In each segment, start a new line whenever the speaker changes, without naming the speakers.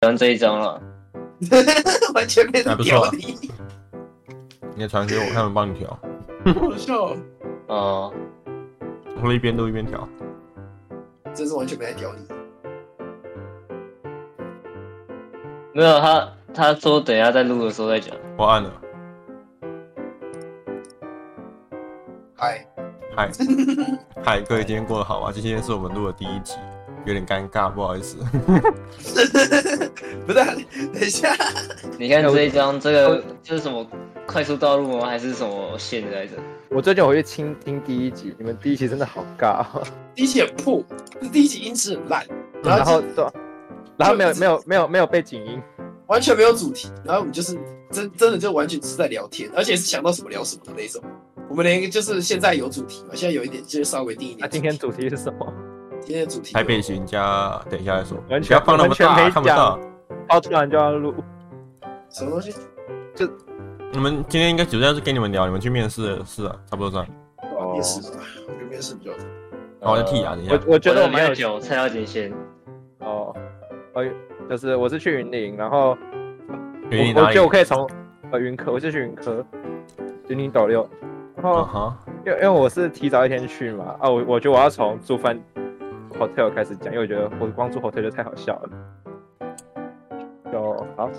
跟这一张了。
完全变
还
成
不错
屌
啊
你，
你也传给我，看能帮你调。
好笑哦，
哦、
我一边录一边调。
真是完全没在屌你。
没有他，他说等一下在录的时候再讲。
我按了，
嗨，
嗨，嗨，各位今天过得好吗？今天是我们录的第一集，有点尴尬，不好意思。
不是啊，等一下，
你看这一张，这个这是什么快速道路吗？还是什么线来着？
我最近回去听听第一集，你们第一集真的好尬、哦，
第一集很破，第一集音质很烂，
然
然
后
后
对啊，然后没有没有没有没有背景音，
完全没有主题，然后我们就是真真的就完全只是在聊天，而且是想到什么聊什么的那种。我们连就是现在有主题嘛，现在有一点就是稍微定一点主题。
啊
那、今天主题是什么？
今天的主题
台北行家，等一下再说，
完
不
全
要放那么
完全
大，
没
看不到。
哦，突然就要录，
什么东西？
你们今天应该主要是跟你们聊你们去面试的事啊，差不多这样。
哦
面试吧，我觉得面试比较多。
然后我就替啊，等一下
呃我。我觉得我
我
蛮
们
有
酒，蔡耀杰 先。
哦，哦，就是我是去云林，然后
原因
我我
哪
觉
里
得我？可以从呃云科，我是去云科，云林斗六，然后
啊哈，
因为因为我是提早一天去嘛，啊，我我觉得我要从住饭 hotel 开始讲，因为我觉得我光住 hotel 就太好笑了。就好，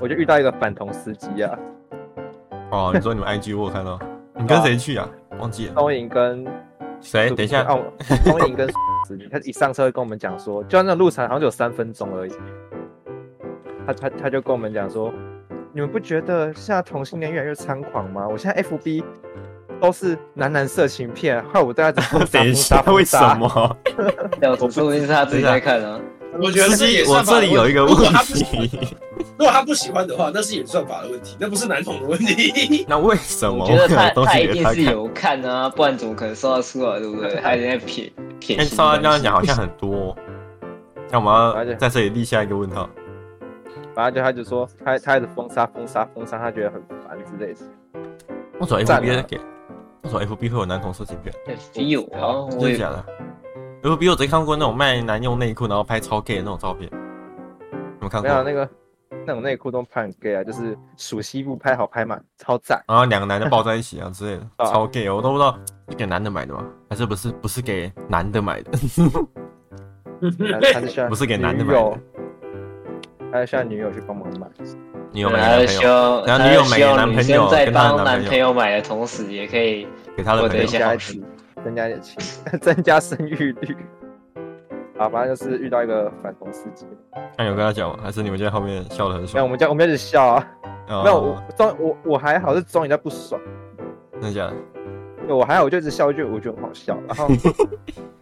我就遇到一个反同司机啊，
哦，你说你们 IG 我有看到，你跟谁去啊？忘记了。
东营跟
谁？哎等一下，
哦，东营跟司机，他一上车就跟我们讲说，就那路程好像只有三分钟而已，他他他就跟我们讲说，你们不觉得现在同性恋越来越猖狂吗？我现在 FB 都是男男色情片，害我 大家只
等一下，为什？么？
对，说不定是他自己在看啊。
我觉得
司
这
机
也
我
算法
这里有一个
如
问
果他不喜欢，
题，
如果他不喜欢的话，那是演算法的问题，那不是男同的问题。
那为什么
我 觉得
会有
他
东
他
西
一
给
定
他
是
看？
有看啊，不然怎么可能刷得出来，对不 对？他一定在撇撇
但
清
照他
单。
哎这样讲，好像很多哦。那我
而
们
且
要在这里立下一个问号。
反正就他就说他他一直封杀封杀封杀，他觉得很烦之类的。
为什么
赞
FB
啊
给？为什么 FB 会有男同色情片？
没有啊，我
真的
也
假的？FB 我只看过那种卖男用内裤，然后拍超 gay 的那种照片。你们看过？
没有啊那个那种内裤都拍很 gay 啊，就是属西部拍好拍满，超赞。
然后两个男的抱在一起啊之类的，
啊
超 gay，我都不知道是给男的买的吗？还是不是不是给男的买的？
他他是需要
不是给男的
女
买的
友，他是需要女友去帮忙买。
对
你有买
他
哎
男
是
朋
需
友？
要，
然后
他
女友
是需
买给
要
男
女
朋
生
友
在
跟他的
帮
男
男
朋
朋
友
友买的同时，也可以
给他的朋
对我等
友
一
增
下
加
好
一起，增加一点钱， 增加生育率。啊，反正就是遇到一个反同司机，
那有跟他讲吗？还是你们就在后面笑得很
没有，我
爽？哦
们家我们家一直笑啊，
没
没有我终我我还好是终于在不爽，
真的假的？
对我还好，我就一直笑，我就我觉得很好笑。然后，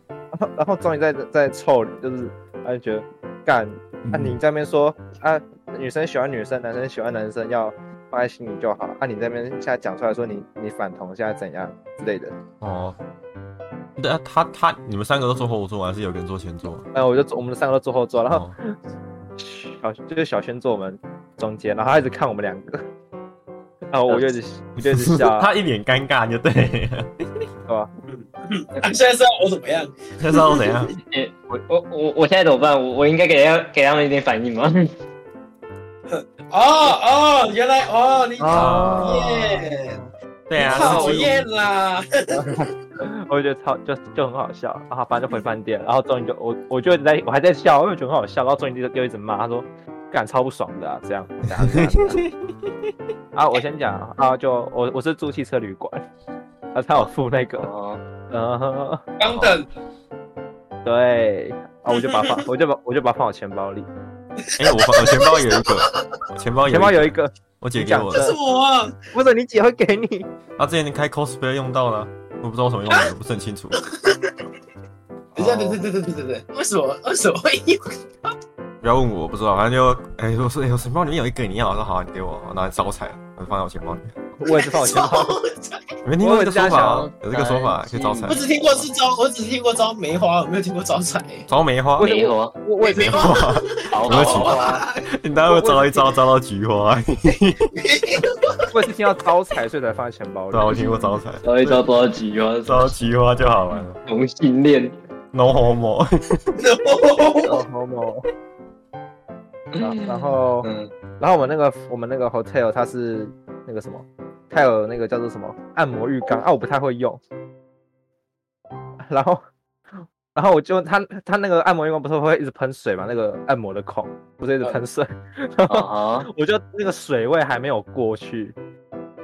然后，然后终于在在臭脸，就是他就觉得干，
嗯
啊你在那边说啊女生喜欢女生，男生喜欢男生，要放在心里就好。啊你在那边现在讲出来说你你反同现在怎样之类的，
哦，对啊，他他你们三个都坐后座吗，还是有个人坐前座？
然后我就坐我们三个都坐后座，然后
哦，，
小就是小轩坐我们中间，然后他一直看我们两个， 然后我就一直我就一直笑他
他一脸尴尬，就 对。
对吧？
他啊现在是要我怎么样？
那时候怎样？
也我哎我我我现在怎么办？我我应该给他给他们一点反应吗？
哦哦，原来哦，你讨
哦
厌，
对啊，
你讨厌啦！
我就觉得超就就很好笑，然后反正就回饭店，然后终于就我我就一直在我还在笑，因为觉得很好笑，然后终于就又一直骂，他说干超不爽的啊，这样这样 这样。这样啊，我先讲啊，就我我是住汽车旅馆，啊，他有付那个，
哦，
呃，
刚等，
对，啊，我就把它 放，我就把我就把它放我钱包里，
哎、我我钱包有一个，我钱包有
钱包有一
个，
个，
我姐给我
这
的
是。我啊，
不是你姐会给你，
她之前开 cosplay 用到了，我不知道为什么用的，我不是很清 楚。
等一下，
哦
等等等等等等等，为什么为什么会有？
不要问我，我不知道，反正就哎、我说哎、我钱包里面有一个，你要，我说好啊，你给我，然后招财，我就放在我钱包里面。
我也是放我钱包。
你没听过这个说法吗？有这个说
哎
法，可以招财
我。只听过是招，我只听过招梅花，我没有听过招财。
招梅花，
没有啊，
我我也
梅
是
花
花，
好
我要
好
起
好啊，
你待会招一招，招到菊花。
我也是听到招财，所以才放在钱包
对啊，我
里。
听过招财，
招一招多少局啊？
招菊花就好玩了。
同性恋，
No homo，
哦好某，然后然后
嗯，
然后我们那个我们那个 hotel 它是那个什么，它有那个叫做什么按摩浴缸啊，我不太会用。然后，然后我就它它那个按摩浴缸不是会一直喷水嘛，那个按摩的孔不是一直喷水，然后
啊哈，
我就那个水位还没有过去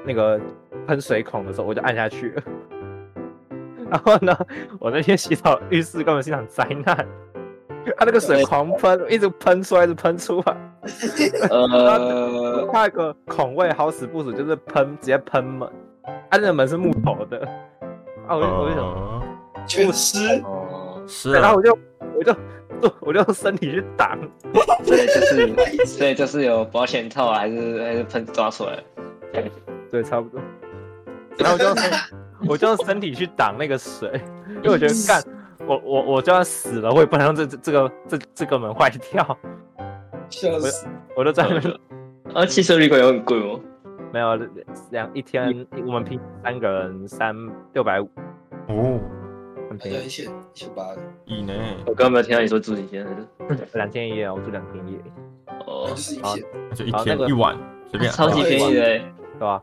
那个喷水孔的时候，我就按下去了。然后呢，我那天洗澡浴室根本是一场灾难，它那个水
对
狂喷，一直喷出来，一直喷出来。
呃，
那个孔位好死不死就是喷，直接喷门，按的门是木头的，啊，我就我就想，哎
呃
全湿，
哦，
是
对然
啊
后，我就我就 做我就身体去挡，
所以就是，所以就是有保险套还是还是喷抓出来了，
对，差不多，然后我就 我就身体去挡那个水，因为我觉得干，我我我就要死了，我也不能让这这这个这这个门坏掉，
笑死！
我就在那边
啊，汽车旅馆有很贵吗？
没有两一天，我们平均三个人三六百五，
哦，
很
好
便
像一
宜，
千一千八，
以内
我刚刚没有听到你说住几间来着？
两天一夜啊，我住两天一夜，
哦
就，是一千。
那就一
好那
天
个
一晚随便，
超级便宜的欸，
对吧？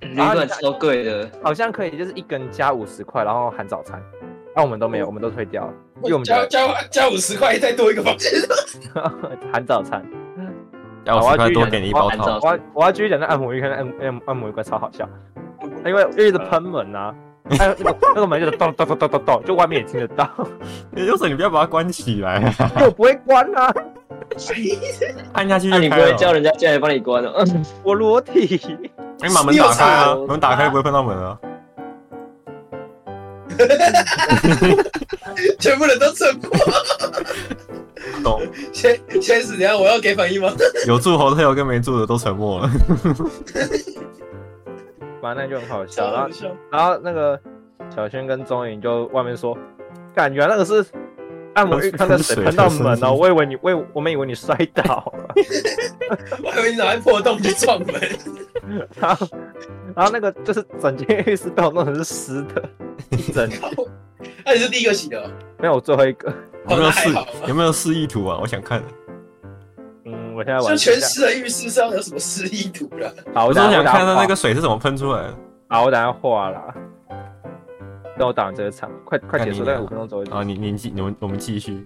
旅馆超贵的，
好像可以，就是一根加五十块，然后含早餐。那、我们都没有，我们都退掉了，因为我们觉
加加
得
加五十块，再多一个房间。
含早餐。
要
好我
我
要
十块
去
多
忍
给你一
我
包
按
套
照。
我要我要继续讲那按摩浴缸，按按按摩浴缸超好笑，因为一直喷门啊，还有那个那个门就是咚咚咚咚咚咚，就外面也听得 到，
右哎手你不要把它关起来啊，
因为我不会关啊，
按下去
那
就
你不
开
会
了。
叫人家进来帮你关哦？
我裸体，
你把门打开啊，
你有
门打开不会碰到门啊。
全部人都沉默。
懂？
先先是怎样？我要给反应吗？
有住 hotel 跟没住的都沉默了。
反正那就很好笑。
超
然后
好笑。
然后那个小轩跟钟颖就外面说，感觉那个是按摩浴缸的水喷到门哦，我以为你，我以为我们以为你摔倒了。
我还以为你脑袋破洞去撞门。
然后，然后那个就是整间浴室被我弄成是湿的，一 整
靠那你是第一个洗的哦，
没有我最后一个。
有没有
那还
示
好
有没有示意图啊？我想看。
嗯，我现在玩
就
一下
全湿的浴室上有什么示意图啦？
好，
我
我
是
等下
想看到那，
我等
个
下
水是怎么喷出来的。
画好，我等下画啦。等我打完这个场，快快结束，大
干你娘
概五分钟左右。
啊，你你继你们我们继续，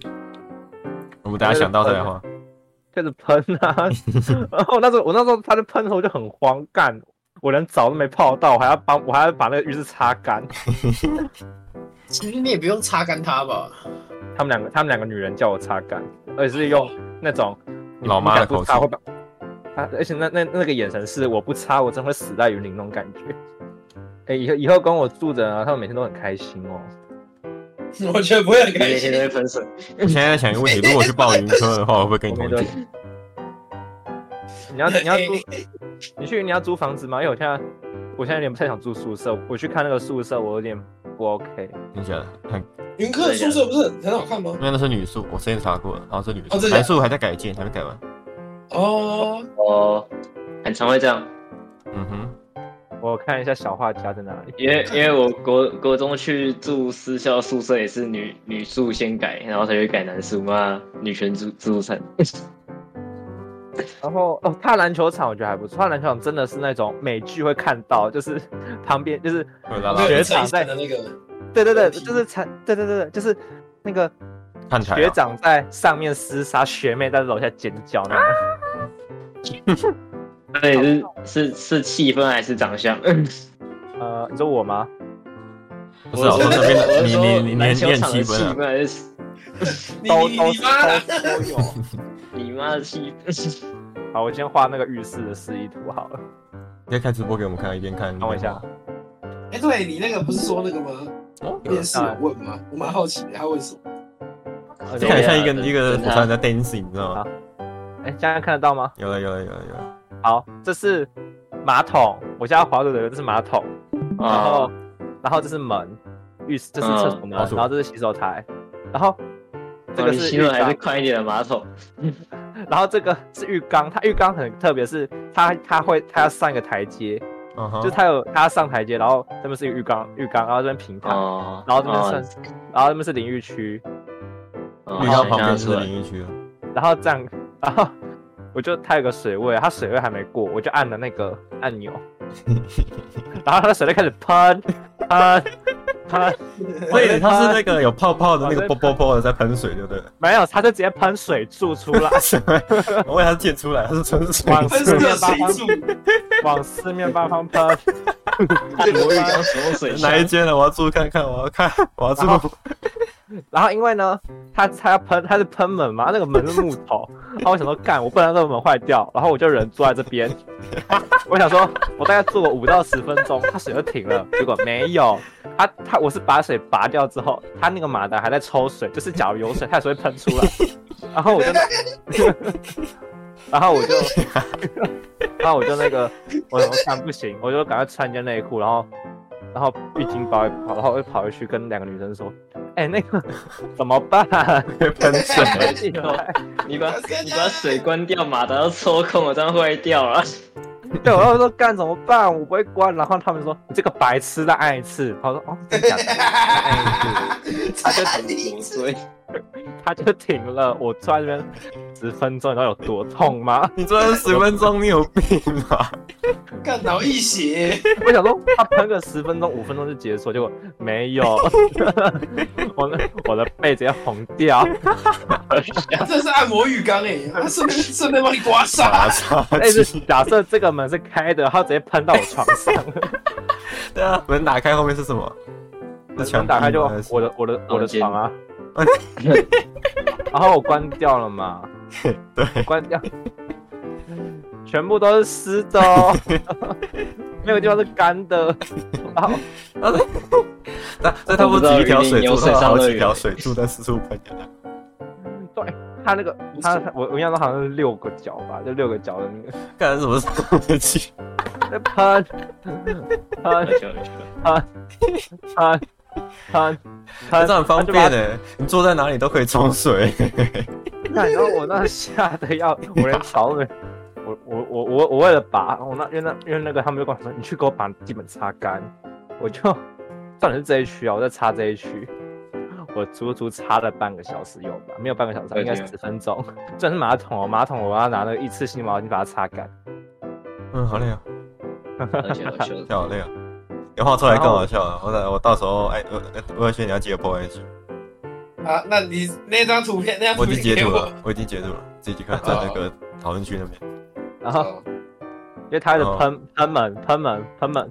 我们等下
那就
想到再
喷
画。
开始喷啊！ 然后那时候我那时候他就喷的时候我就很慌干，我连澡都没泡到，我还要帮我还要把那个浴室擦干。
其实你也不用擦干它吧？
他们两个他们两个女人叫我擦干，而且是用那种你
老妈的口气
你敢不擦会把啊，而且那那那个眼神是我不擦我真会死在云林那种感觉。 哎、以后以后跟我住着啊，他们每天都很开心哦。
我觉得不会很
每
开
天
心
都。会喷水，
我现在在想一个问题，如果我去报云科的话，我会不会跟你同一间？
你要你要租，你去你要租房子吗？因为我现在我现在有点不太想住宿舍，我去看那个宿舍，我有点不 OK。
你觉得很？
云客的宿舍不是很很好看吗
因？为那是女宿，我之前查过了，然后是女
哦真
宿，
的
男宿还在改建，还没改完。
哦，
哦，很常会这样，
嗯哼，
我看一下小画家在哪里。
因为因为我国国中去住私校宿舍也是女女宿先改，然后才去改男宿嘛，女权自自助餐。
然后哦，他篮球场我觉得还不错，他篮球场真的是那种美剧会看到，就是旁边就是
会拉
那
拉
个
学
一层
长
一
在
层的那个，
对对对，
问题
就是才对对对对，就是那个
看台
学
啊，
长在上面厮杀，学妹在楼下尖叫那样。
那也是是是气氛还是长相？
呃，你说我吗？
不是啊，我说那边的你你你你
篮
很
球
你很
场的
基
气
本啊
氛，还是
你
都
你
都
你妈啦！
都都有。
你妈的气 氛？
好，我先画那个浴室的示意图好了，
你可以开直播给我们看，一边看。
等我一下。
哎，对你那个不是说那个吗？
哦，有
面试有问吗？我蛮好奇的，他问什么？
呃
这看起来像一
对啊
个一个
对啊
火山在 dancing，你知道吗
好？哎，这样看得到吗？
有了有了有了有了，
好，这是马桶，我家滑水的这是马桶，然后、
啊，
然后这是门，浴室这是厕所门，
嗯
然后这是洗手台，然后
这
这
个哦
个
你
是
洗
浴
手还
缸
是，啊宽一点的马桶？
然后这个是浴缸，它浴缸很特别，是它它会它要上一个台阶，
嗯
哦
就
哼，
它有它要上台阶，然后这边是浴缸浴缸，然后这边平躺，
哦，
然后这边
哦
是、然后这边是淋浴区，
哦
浴缸
想
旁边
象
是
出来
淋浴区啊，
然后这样，然后我就它有个水位，它水位还没过，我就按了那个按 钮，然后它的水就开始喷喷喷，
所以它是那个有泡泡的那个啵啵啵的在喷水，对不对了？
没有，它就直接喷水柱出来，
什么？我以为它是溅出来，它是纯水。
往
喷
四
射
面八
水
方
柱，
往四面八方喷，
这个
刚什么水箱
哪一间的？我要住看看，我要看，我要
然
住。
然后因为呢，它它要喷，它是喷门嘛，那个门是木头， 然后我想说干，我不能让那个门坏掉，然后我就人坐在这边， 我想说我大概坐个五到十分钟，它水就停了，结果没有，它它我是把水拔掉之后，它那个马达还在抽水，就是假如有水，它水会喷出来，然后我就，然后我就， 然后我就那个，我我看不行，我就赶快穿一件内裤，然后。然后浴巾包一跑，然后我就跑回去跟两个女生说：“哎、那个怎么办？
喷水，
进来
来你把你把水关掉，马达都抽空了，这样坏掉了。
对，我就说干怎么办？我不会关。然后他们说你这个白痴再按一次。他说哦，真的假的？按一次，
差
我水，
他就停了。我坐在这边十分钟，你知道有多痛吗？
你坐了十分钟，你有病啊吧？
干脑溢血，
我想说他喷个十分钟、五分钟就结束，结果 没有，我的我的背直接红掉。
这是按摩浴缸哎，他顺便顺便帮你刮痧
傻。傻
但哎是
鸡。
假设这个门是开的，他直接喷到我床 上，
对啊，门打开后面是什么？是墙
门打开就
壁吗还是哎
我的我的我的
房间
床啊， 然后我关掉了嘛。
对，
关掉，全部都是湿 的哦，没有地方是干的。然后
那那它
我不知
止
道
一条水
云林有
柱，它有
水上
好
乐
几
园
条水柱在四处喷呀。
对，他那个他我我印象中好像是六个角吧，就六个角的那个
干什么 事情？
在 喷喷
喝酒 喝酒
喷喷喷，
这很方便的、你坐在哪里都可以冲水、
那你知道我那吓得要，我连草都没。我我我我我为了拔，我那因为那因为那个他们就跟我说，你去给我把地板擦干，我就算你是这一区啊，我在擦这一区，我足足擦了半个小时有吧？没有半个小时，应该十分钟。虽然是马桶哦，马桶我要拿那个一次性毛巾把它擦干。
嗯，好累啊，
喝酒喝酒，
笑好累啊。有话出来更好笑啊了。我等我到时候哎，我我轩你要记得 po IG，
啊，那你那张图片，那张
我
图
已经
片
截
给
图
我
了。，我已经截图了，自己去看，在那个讨论区那边。
然后因为他一直喷喷门喷门喷门，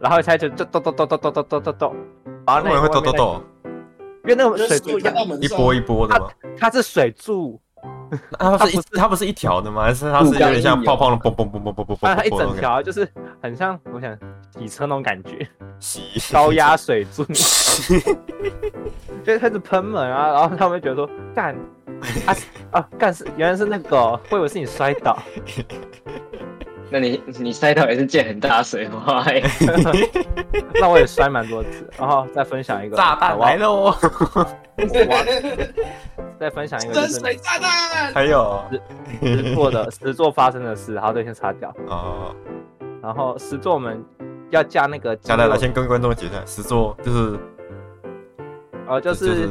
然后他就就抖抖抖抖抖抖抖抖抖，然
他
后那
们会抖抖，抖，
因为那
我
个
觉得
水
水
柱
喷到门
一
上
波一波的吗？
它是水柱，
它不是一它不是一条的吗？还是它是有点像泡泡的嘣嘣嘣嘣嘣嘣
啊，它一
嘣
整
嘣
条就是很像，我想洗车那种感觉，
洗
高压水柱，就开始喷门啊，然后他们就觉得说干啊啊干是原来是那个哦，我以为是你摔倒，
那你 你塞到也是溅很大的水花、 欸，
那我也摔蛮多次，然后再分享一 个
炸弹
我要
来了哦！
再分享一个就
真
是
水炸弹，
还有
实做的实做发生的事，然后这先擦掉，
哦，
然后实做我们要加那个
下来
了
了，，先跟观众解释，实作就是
呃就
就是是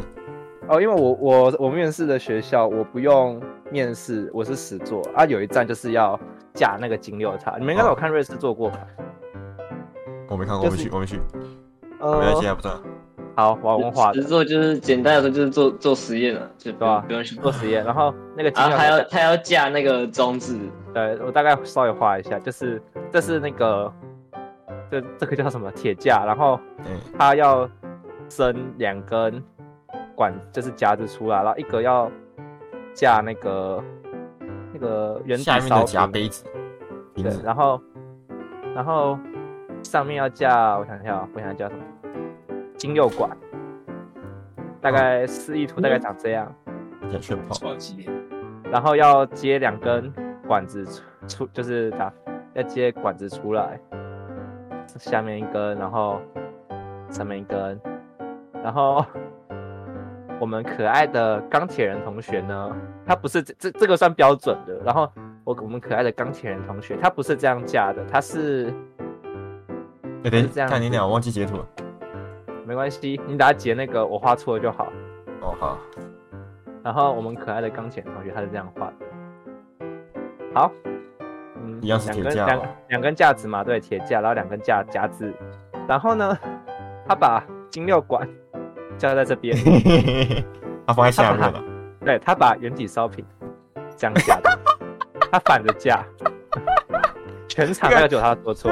哦，因为我我我面试的学校我不用面试，我是实做啊。有一站就是要架那个金六塔，你们应该
哦
有看瑞士做过吧？
我没看过，我
就
们
是
去我们去，没关系，啊
呃，
还不算。
好，网文化
只
的
是做就是简单来说就是做做实验啊，就不
对啊
用不用去
做实验，然后那个金
啊，
六
还要
塔，
他要架那个装置，
对我大概稍微画一下，就是这是那个这这个叫什么铁架，然后
嗯，
它要伸两根管，就是夹子出来，然后一个要架那个那个圆底
下面
烧
的夹
饼
杯子，瓶
对，
子，
然后然后上面要架，我想一下哦，我想一下叫什么？金六管，大概示意图大概长这样，
点炫炮，
超级
然后要接两根管子出出，就是打要接管子出来，下面一根，然后上面一根，然后我们可爱的钢铁人同学呢，他不是这这这个算标准的，然后我我们可爱的钢铁人同学，他不是这样架的，他是。
哎，等一
是这
下，
样子
看你俩，我忘记截图了。
没关系，你打截那个我画错了就好。
哦，好，
然后我们可爱的钢琴同学他是这样画的，好，嗯，
一样是
两
铁
根
架
两
吧
两根架子嘛，对，铁架，然后两根架夹子，然后呢， 他把金六管架在 这边，
他放在下面了，
对他把原底烧饼这样 架的，他反着架，全场大概只有他 做错。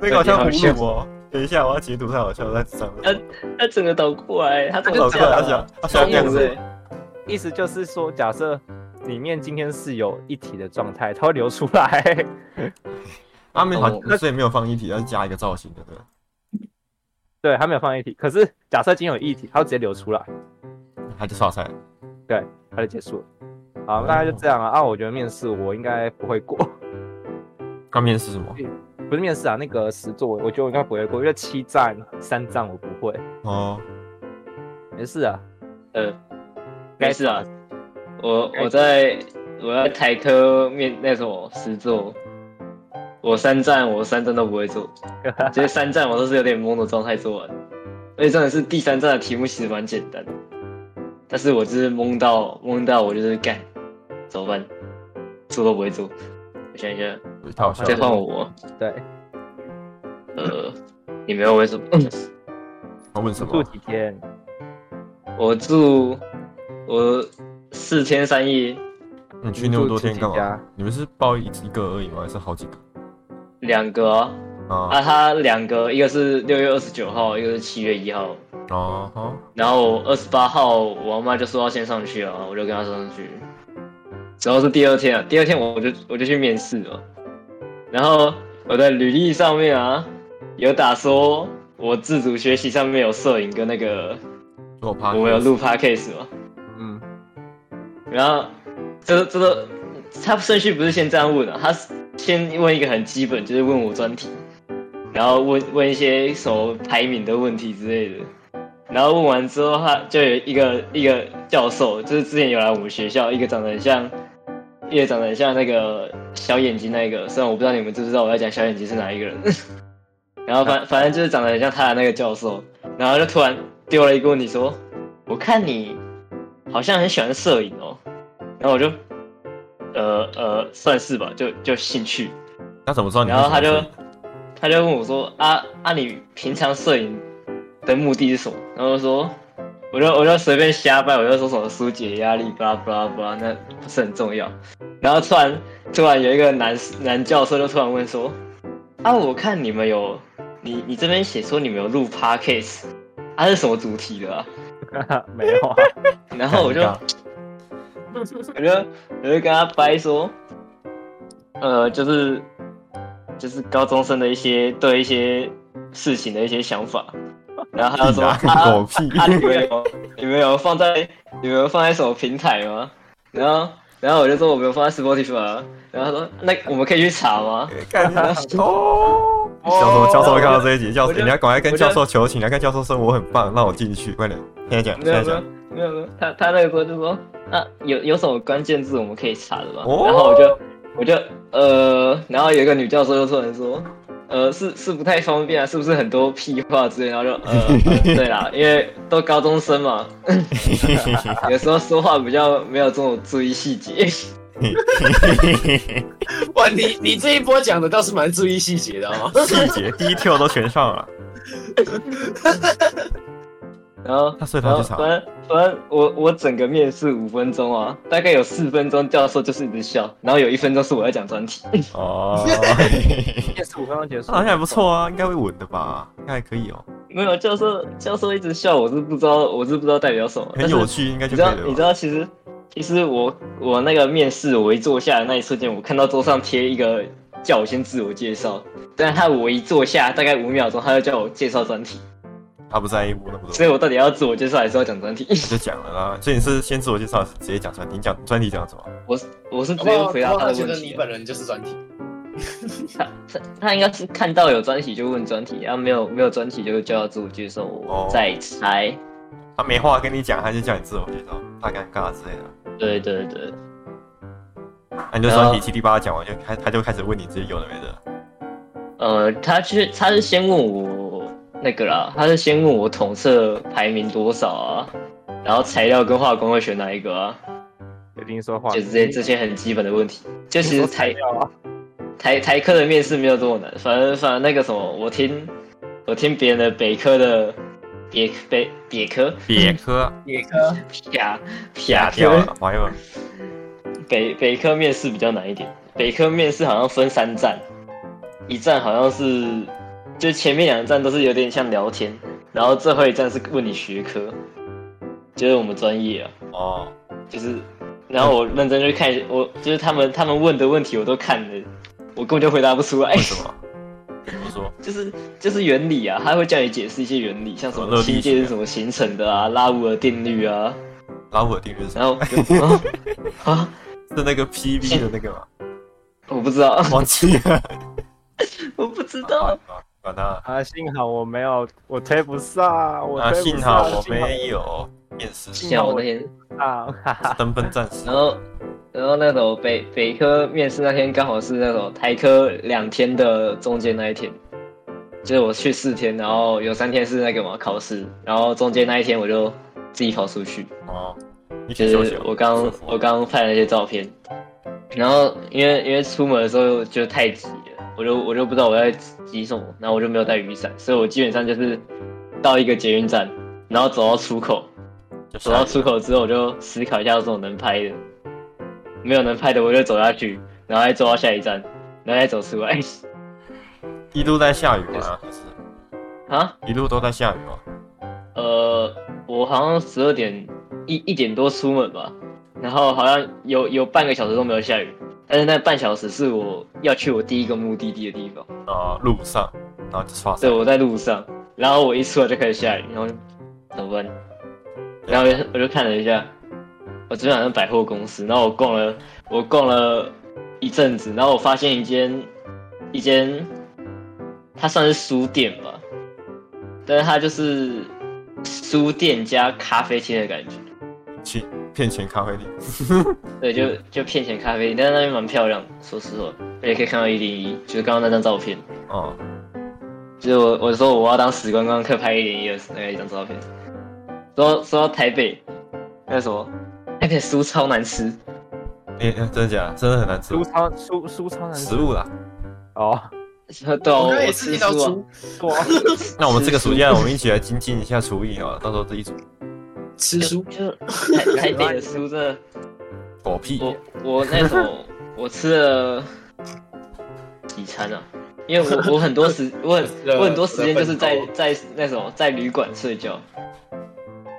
那个好像葫芦哦。等一下，我要截图太好笑了，在上
呃
面。
他整个倒过来，他整
老
个
怪，
倒过
他
来
想，他想这样子，
意思就是说，假设里面今天是有一体的状态，它会流出来。
他们好像啊所以没有放一体，要加一个造型的，对吧。
对，它没有放一体，可是假设今天有一体，它会直接流出来，
他就刷菜，
它就结束了。好，大概就这样啊。啊，我觉得面试我应该不会过，
关面是什么？
不是面试啊，那个实作，我觉得我应该不会过，因为七站、三站我不会。
哦，
没事啊，
呃，该是啊，我我在我在台科面那什么实做，我三站我三站都不会做，这三站我都是有点懵的状态做完，而且真的是第三站的题目其实蛮简单的，但是我就是懵到懵到我就是干，怎么办？做都不会做，我想一下，
太好笑
再换
了。
我，
对，
呃，你没有为什么？
他问什
住
么？
几天？
我住我四天三夜，
你去那么多天干嘛？你们是包一一个而已吗？还是好几个？
两个啊。
啊
啊，它两个，一个是六月二十九号，一个是七月一号。
哦哦，
然后二十八号，我妈就说要先上去啊，我就跟她上去。主要是第二天啊，第二天我就我就去面试了。然后我的履历上面啊，有打说我自主学习上面有摄影跟那个
我怕
我有录 podcast 嘛。
嗯，
然后这这个他顺序不是先这样问的、啊，他是先问一个很基本，就是问我专题，然后问问一些什么排名的问题之类的。然后问完之后，他就有一个一个教授，就是之前有来我们学校，一个长得很像，一个长得很像那个小眼睛那个，虽然我不知道你们知不知道我在讲小眼睛是哪一个人。 然后反反正就是长得很像他的那个教授，然后就突然丢了一个问题说：“我看你好像很喜欢摄影哦。”然后我就，呃呃，算是吧，就就兴趣。
那怎么知道你？
然后他就他就问我说：“啊啊，你平常摄影的目的是什么？”然后我就说，我就我就随便瞎掰，我就说什么疏解压力，巴拉巴拉巴拉，那不是很重要。然后突然突然有一个男男教授就突然问说：“啊，我看你们有你你这边写说你们有录 podcast，啊是什么主题的啊
没有啊，？”
然后我就。我就我就跟他掰说，呃，就是就是高中生的一些对一些事情的一些想法，然后他就说 啊
狗屁
啊，你 们有你们有放在你们有放在什么平台吗？然后然后我就说我没有放在 Spotify，啊然后他说那我们可以去查吗？
干哦。教授，教授会看到这一集，教授，
我就
你要赶快跟教授求情，你要跟教授说我很棒，让我进去，快点，现在讲，
没
现
有没
在
有
讲，
没有没有，他他那个时候就说啊，有有什么关键字我们可以查的吗？
哦
然后我就我就呃，然后有一个女教授就突然说，呃，是是不太方便啊，是不是很多屁话之类的？然后就 呃，呃对啦，因为都高中生嘛，有时候说话比较没有这种注意细节。
哇，你你这一波讲的倒是蛮注意细节的哦。
细节第一跳都全上了，
然后
那所以他
然
去
后
查
反正反正我我整个面试五分钟啊，大概有四分钟教授就是一直笑，然后有一分钟是我在讲专题。
哦，
面试五分钟结束，
好像还不。错啊，应该会稳的吧，应该还可以哦，
没有教授，教授一直笑，我是不知道，我是不知道代表什么。
很有趣，应该
但是你知道
就可以，了
你知
吧。
道，其实其实我我那个面试，我一坐下来那一瞬间，我看到桌上贴一个叫我先自我介绍，但他我一坐下大概五秒钟，他就叫我介绍专题，
他不在意我那么多，
所以我到底要自我介绍还是要讲专题？
就讲了啦。所以你是先自我介绍，直接讲专题，你讲专题讲什么？
我是我是直
搞
接
不好
回答
搞不
他
好
的
觉得
问
你
题啊、
本人就是专题，
他他他应该是看到有专题就问专题，然、后没有没有专题就叫他自我介绍，
哦
我再猜。
他没话跟你讲，他就叫你自我介绍，怕尴尬之类的。
对对对，
那你就专题七七八八讲完，就开他就开始问你这些有的没的。
呃，他去，他是先问我那个啦，他是先问我统测排名多少啊，然后材料跟化工会选哪一个啊，
决定说话，
就是这这些很基本的问题。就其实
材
台
料啊，
台台科的面试没有这么难，反正反正那个什么，我听我听别人的北科的别北别科
别科
野科
啪
打
啪
掉
科
了，玩一会儿。
北北科面试比较难一点，北科面试好像分三站，一站好像是就前面两站都是有点像聊天，然后最后一站是问你学科，就是我们专业啊，
哦，
就是，然后我认真去看，我就是他们他们问的问题我都看了，我根本就回答不出来
为，什么？比如说，
就是就是原理啊，他会叫你解释一些原理，像什
哦
么
热力
氢
学
键是怎么形成的啊，拉乌尔定律啊，
拉我定律是什
然
么？
后 就啊啊，
是那个 PV 的那个吗？
我不知道，
忘记了，
我不知道
管。他管他了。
啊，幸好我没有，我推不上，我
啊，
推不上，
幸好我
幸啊
没有面试，
幸好我那天，
上，哈哈，
登笨战士
然。后然后那种北北科面试那天刚好是那种台科两天的中间那一天，就是我去四天，然后有三天是那个嘛考试，然后中间那一天我就自己跑出去。
哦，你请
就
休息
是
哦。
我刚
舒服
我刚拍了一些照片，然后因为因为出门的时候就太急了，我就我就不知道我在急什么，然后我就没有带雨伞，所以我基本上就是到一个捷运站，然后走到出口，
就下
走
雨
到出口之后我就思考一下有什么能拍的，没有能拍的我就走下去，然后再走到下一站，然后再走出来
一路在下雨吗？还是
啊，
一路都在下雨吗？
呃，我好像十二点一一点多出门吧，然后好像有有半个小时都没有下雨，但是那半小时是我要去我第一个目的地的地方，
啊，路上，然后就刷
对，
伞。
我在路上，然后我一出来就开始下雨，然后就怎么办？然后我就我就看了一下，我这边好像百货公司，然后我逛了我逛了一阵子，然后我发现一间一间，它算是书店吧，但是它就是书店加咖啡厅的感觉。
去骗钱咖啡厅，
对，就就骗钱咖啡厅，但是那边蛮漂亮的，说实话，而且可以看到一零一，就是刚刚那张照片，
哦，
就是我我说我要当死观光客拍一零一的那个一张照片。说说到台北，那个什么，台北酥超难吃，
诶，真的假的？真的很难吃
苏，超苏苏超难
食物啦。
哦，
对啊，
我刚刚
我
也是
吃
听到
酥啊，
猪
哇，
那我们这个暑假，我们一起来精进一下厨艺哦，到时候自己煮
吃
就
书，
就台台北的酥真的，
狗屁。
我我那时候我吃了几餐啊，因为我我很多时我很
了
我很多时间就是在
我的
在那什么在旅馆睡觉，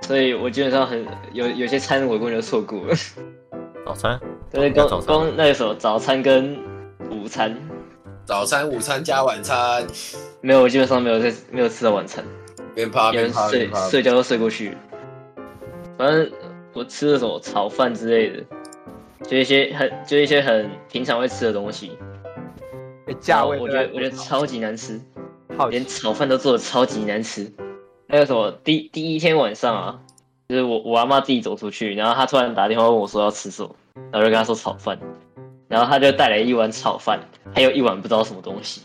所以我基本上很有有些餐我根本就错过了，
早餐
就是
那早
光
餐
光那个什么早餐跟午餐，
早餐、午餐加晚餐，
没有我基本上没有在没有吃到晚餐，
边趴
有
边
人
趴
睡
边趴，
睡觉都睡过去了，反正我吃了什么炒饭之类的，就一些很就一些很平常会吃的东西，
哎价位
然后我觉得我觉得超级难吃。
好
连
奇，
炒饭都做的超级难吃。那个什么，第第一天晚上啊，就是我我阿妈自己走出去，然后她突然打电话问我说要吃什么，然后我就跟她说炒饭，然后她就带来一碗炒饭，还有一碗不知道什么东西。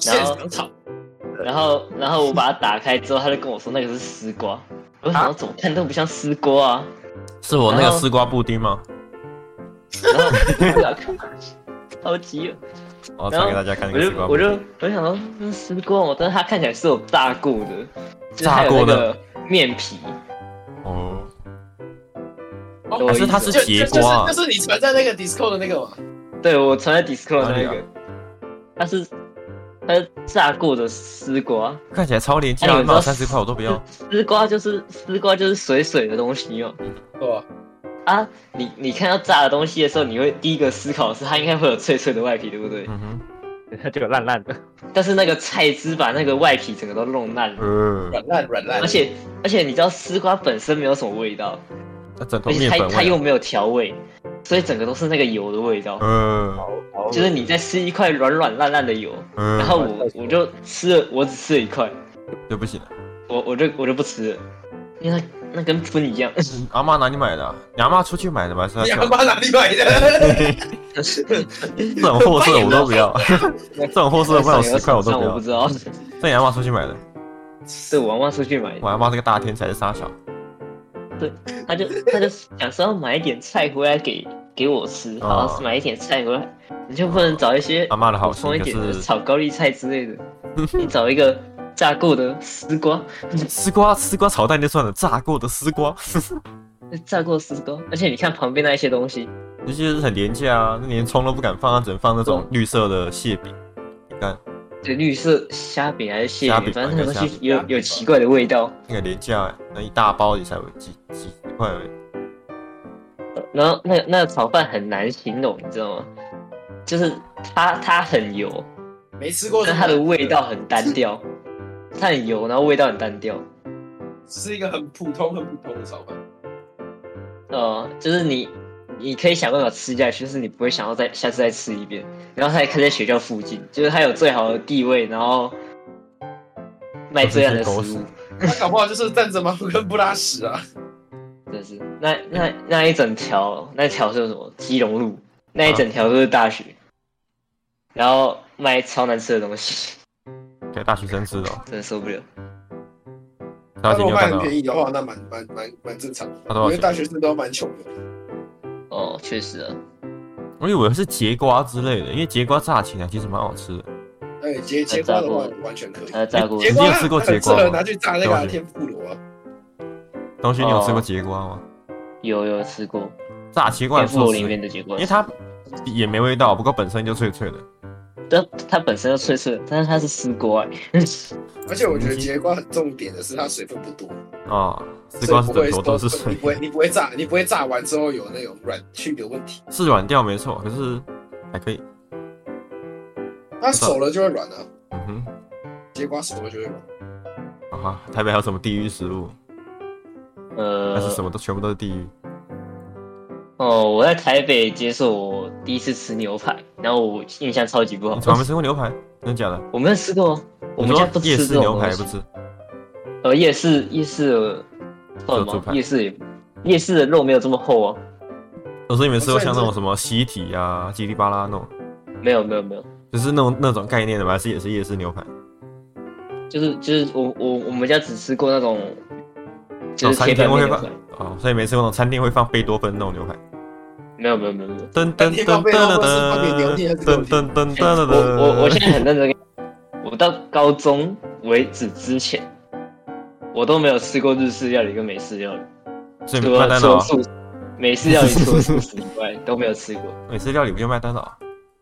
现场炒，
然后然后我把它打开之后，她就跟我说那个是丝 瓜，我
啊
想说怎么看都不像丝瓜啊。
是我那个丝瓜布丁吗？
然后 我想看超级饿，
我
然
传
后
给大家看那
我
个
就
丝瓜布
我
丁。
就我想说那丝瓜，我但是它看起来是有炸过的，就是它
炸
有那
过的
个面皮。
哦，
哦
懂我意
可
思
是
吗
它是
就就
节
就是
瓜啊
就，是你传在那个 Discord 的那个嘛，
对，我传在 Discord
哪
那
里
一
啊
个，它是它是炸过的丝瓜，
看起来超廉
哎
价，
你知
卖
道
三十块我都不要。
丝瓜就是丝瓜就是水水的东西哦。
对吧？
啊，你你看到炸的东西的时候，你会第一个思考的是它应该会有脆脆的外皮，对不 对？
嗯哼，
这个烂烂的，
但是那个菜汁把那个外皮整个都弄烂了，
呃，
软烂软烂
而，且而且你知道丝瓜本身没有什么味道，
那整头
而且
面
它
嗯粉
它又
味。啊
没有调味，所以整个都是那个油的味道。
呃
好
就是你在吃一块软软烂烂的油，
呃，
然后我我就吃了，我只吃了一块，
就不行了。
我我就我就不吃了，因为那那跟喷 一样，
嗯阿妈哪里买的啊？你阿妈出去买的吗？还是她
你
家
他妈哪里买 的？
这种货色我都不要， 这种货色卖我十块我都
算
不
我
要
不。知道，
这你阿妈出去买的？
是我妈妈出去买
我
的，
阿妈这个大天才是傻小，
他就他就想说要买一点菜回来给给我吃，
哦
好像是买一点菜回来，你就不能找一些
阿妈的好
补
心
充一点
可
的
是
炒高丽菜之类的，你找一个炸过的丝瓜，
丝瓜丝瓜炒蛋就算了，炸过的丝瓜
呃炸过丝瓜，而且你看旁边那一些东西，
那些很廉价啊，那连葱都不敢放，只能放那
嗯
种绿色的蟹饼。你看
这绿色虾饼还是蟹
虾
饼，
饼
反正那个东
应该虾
西
饼
有有奇怪的味道。
那个廉价、啊那一大包也才有几几块而已。
然后那那个炒饭很难形容，你知道吗？就是它它很油，
没吃过这
但
个，
它的味道很单调，它很油，然后味道很单调。
是一个很普通、很普通的炒饭。
呃，就是你你可以想办法吃下去，就是你不会想要再下次再吃一遍。然后它也开在学校附近，就是它有最好的地位，然后卖最烂的食
都是
物
狗，
他搞不好就是站着 茅坑不拉屎啊！
真是。那那那一整条那条是什么？基隆路那一
啊
整条都是大学，然后卖超难吃的东西，
给大学生吃的、哦，
真的受不了。
大
如果
学你有
卖
看
很
到？
便宜的话，那蛮蛮蛮蛮正常的，因
他多
为
少钱？
大学生都蛮穷的。
哦，确实啊，
我以为是节瓜之类的，因为节瓜炸起来其实蛮好吃的。
哎，节节瓜的话完全可以，
他炸过
结
节
果
瓜
你有吃过节瓜
很
吗
适合拿去炸那个啊
对不起
天妇罗啊。
东西你有吃过
哦
节瓜吗？
有有吃过，
炸奇怪
天
的
妇罗
寿司，
里面
因
的结果
为，它也没味道，不过本身就脆脆的。
但它本身就脆脆的，但是它是丝瓜、欸，
嗯
而且我觉得节瓜很重点的是它水分不多，
啊，丝
所
瓜
以
是
不
很
会
多都是
说
水
你，不会你不会炸，你不会炸完之后有那种软去的问题，
是软掉没错，可是还可以。
它熟了就会软啊，
嗯哼，
节瓜熟了就会
哦
软。
好吧，台北还有什么地狱食物？还
呃，
是什么都全部都是地狱？
哦，我在台北接受我第一次吃牛排，然后我印象超级不好
你，从来没吃过牛排？真的假的？
我没有吃过，呃啊我们
你
家
说
不
夜
吃这
市
种
牛排
东
不
西。
吃，
呃，夜市夜市的
有
算
猪排
吗？夜市也夜市的肉没有这么厚啊，
我说你们吃过
我知道
像那
你
种
是
什么西体啊、叽里巴拉那种，
没有没有没有，
就是那种那种概念的吧？还是也是夜市牛排？
就是就是我我我们家只吃过那种，就
哦
是
餐
铁板
厅会
面牛
放
排，
哦，所以没吃过那种餐厅会放贝多芬那种牛排。
没有没有没有没有。
噔噔噔噔噔噔噔噔噔噔
我我我现在很认真跟你讲，我到高中为止之前，我都没有吃过日式料理跟美式料理，
所以
除
麦
了
当
除了
劳，
素食，美式料理除了素食以外都没有 吃过。
美哦式料理不就麦当劳？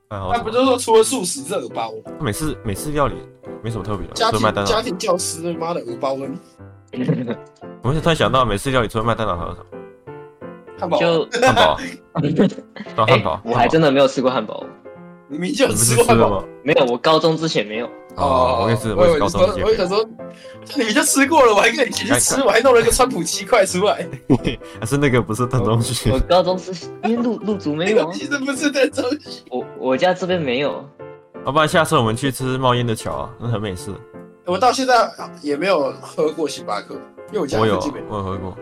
哎，好
他不就说除了素食这鹅包，
美式美式料理没什么特别的，
家
哦除了麦
庭
当
家
劳。
庭教师妈的鹅包跟
我突然想到，美式料理除了麦当劳还有什么？
汉堡，
就
汉堡，到汉堡
哎，我还真的没有吃过汉堡，
你明明就有
你不
吃
是
过
吃
汉
了
堡。
吗？
没有，我高中之前 没有。
哦，我也是，
我
我也是
以
高
为
中
你说我也想说，你们就吃过了，我还跟你一起去吃，我还弄了一个川普七块出来，
还是那个不是邓东旭
我高中之前因为陆陆竹没
那
有
个
啊，
其实不是那种
我我家这边没有。
要不然下次我们去吃冒烟的桥啊，那很美式。
我到现在也没有喝过星巴克，因为我家
我有
附
啊
近没，
我有喝过。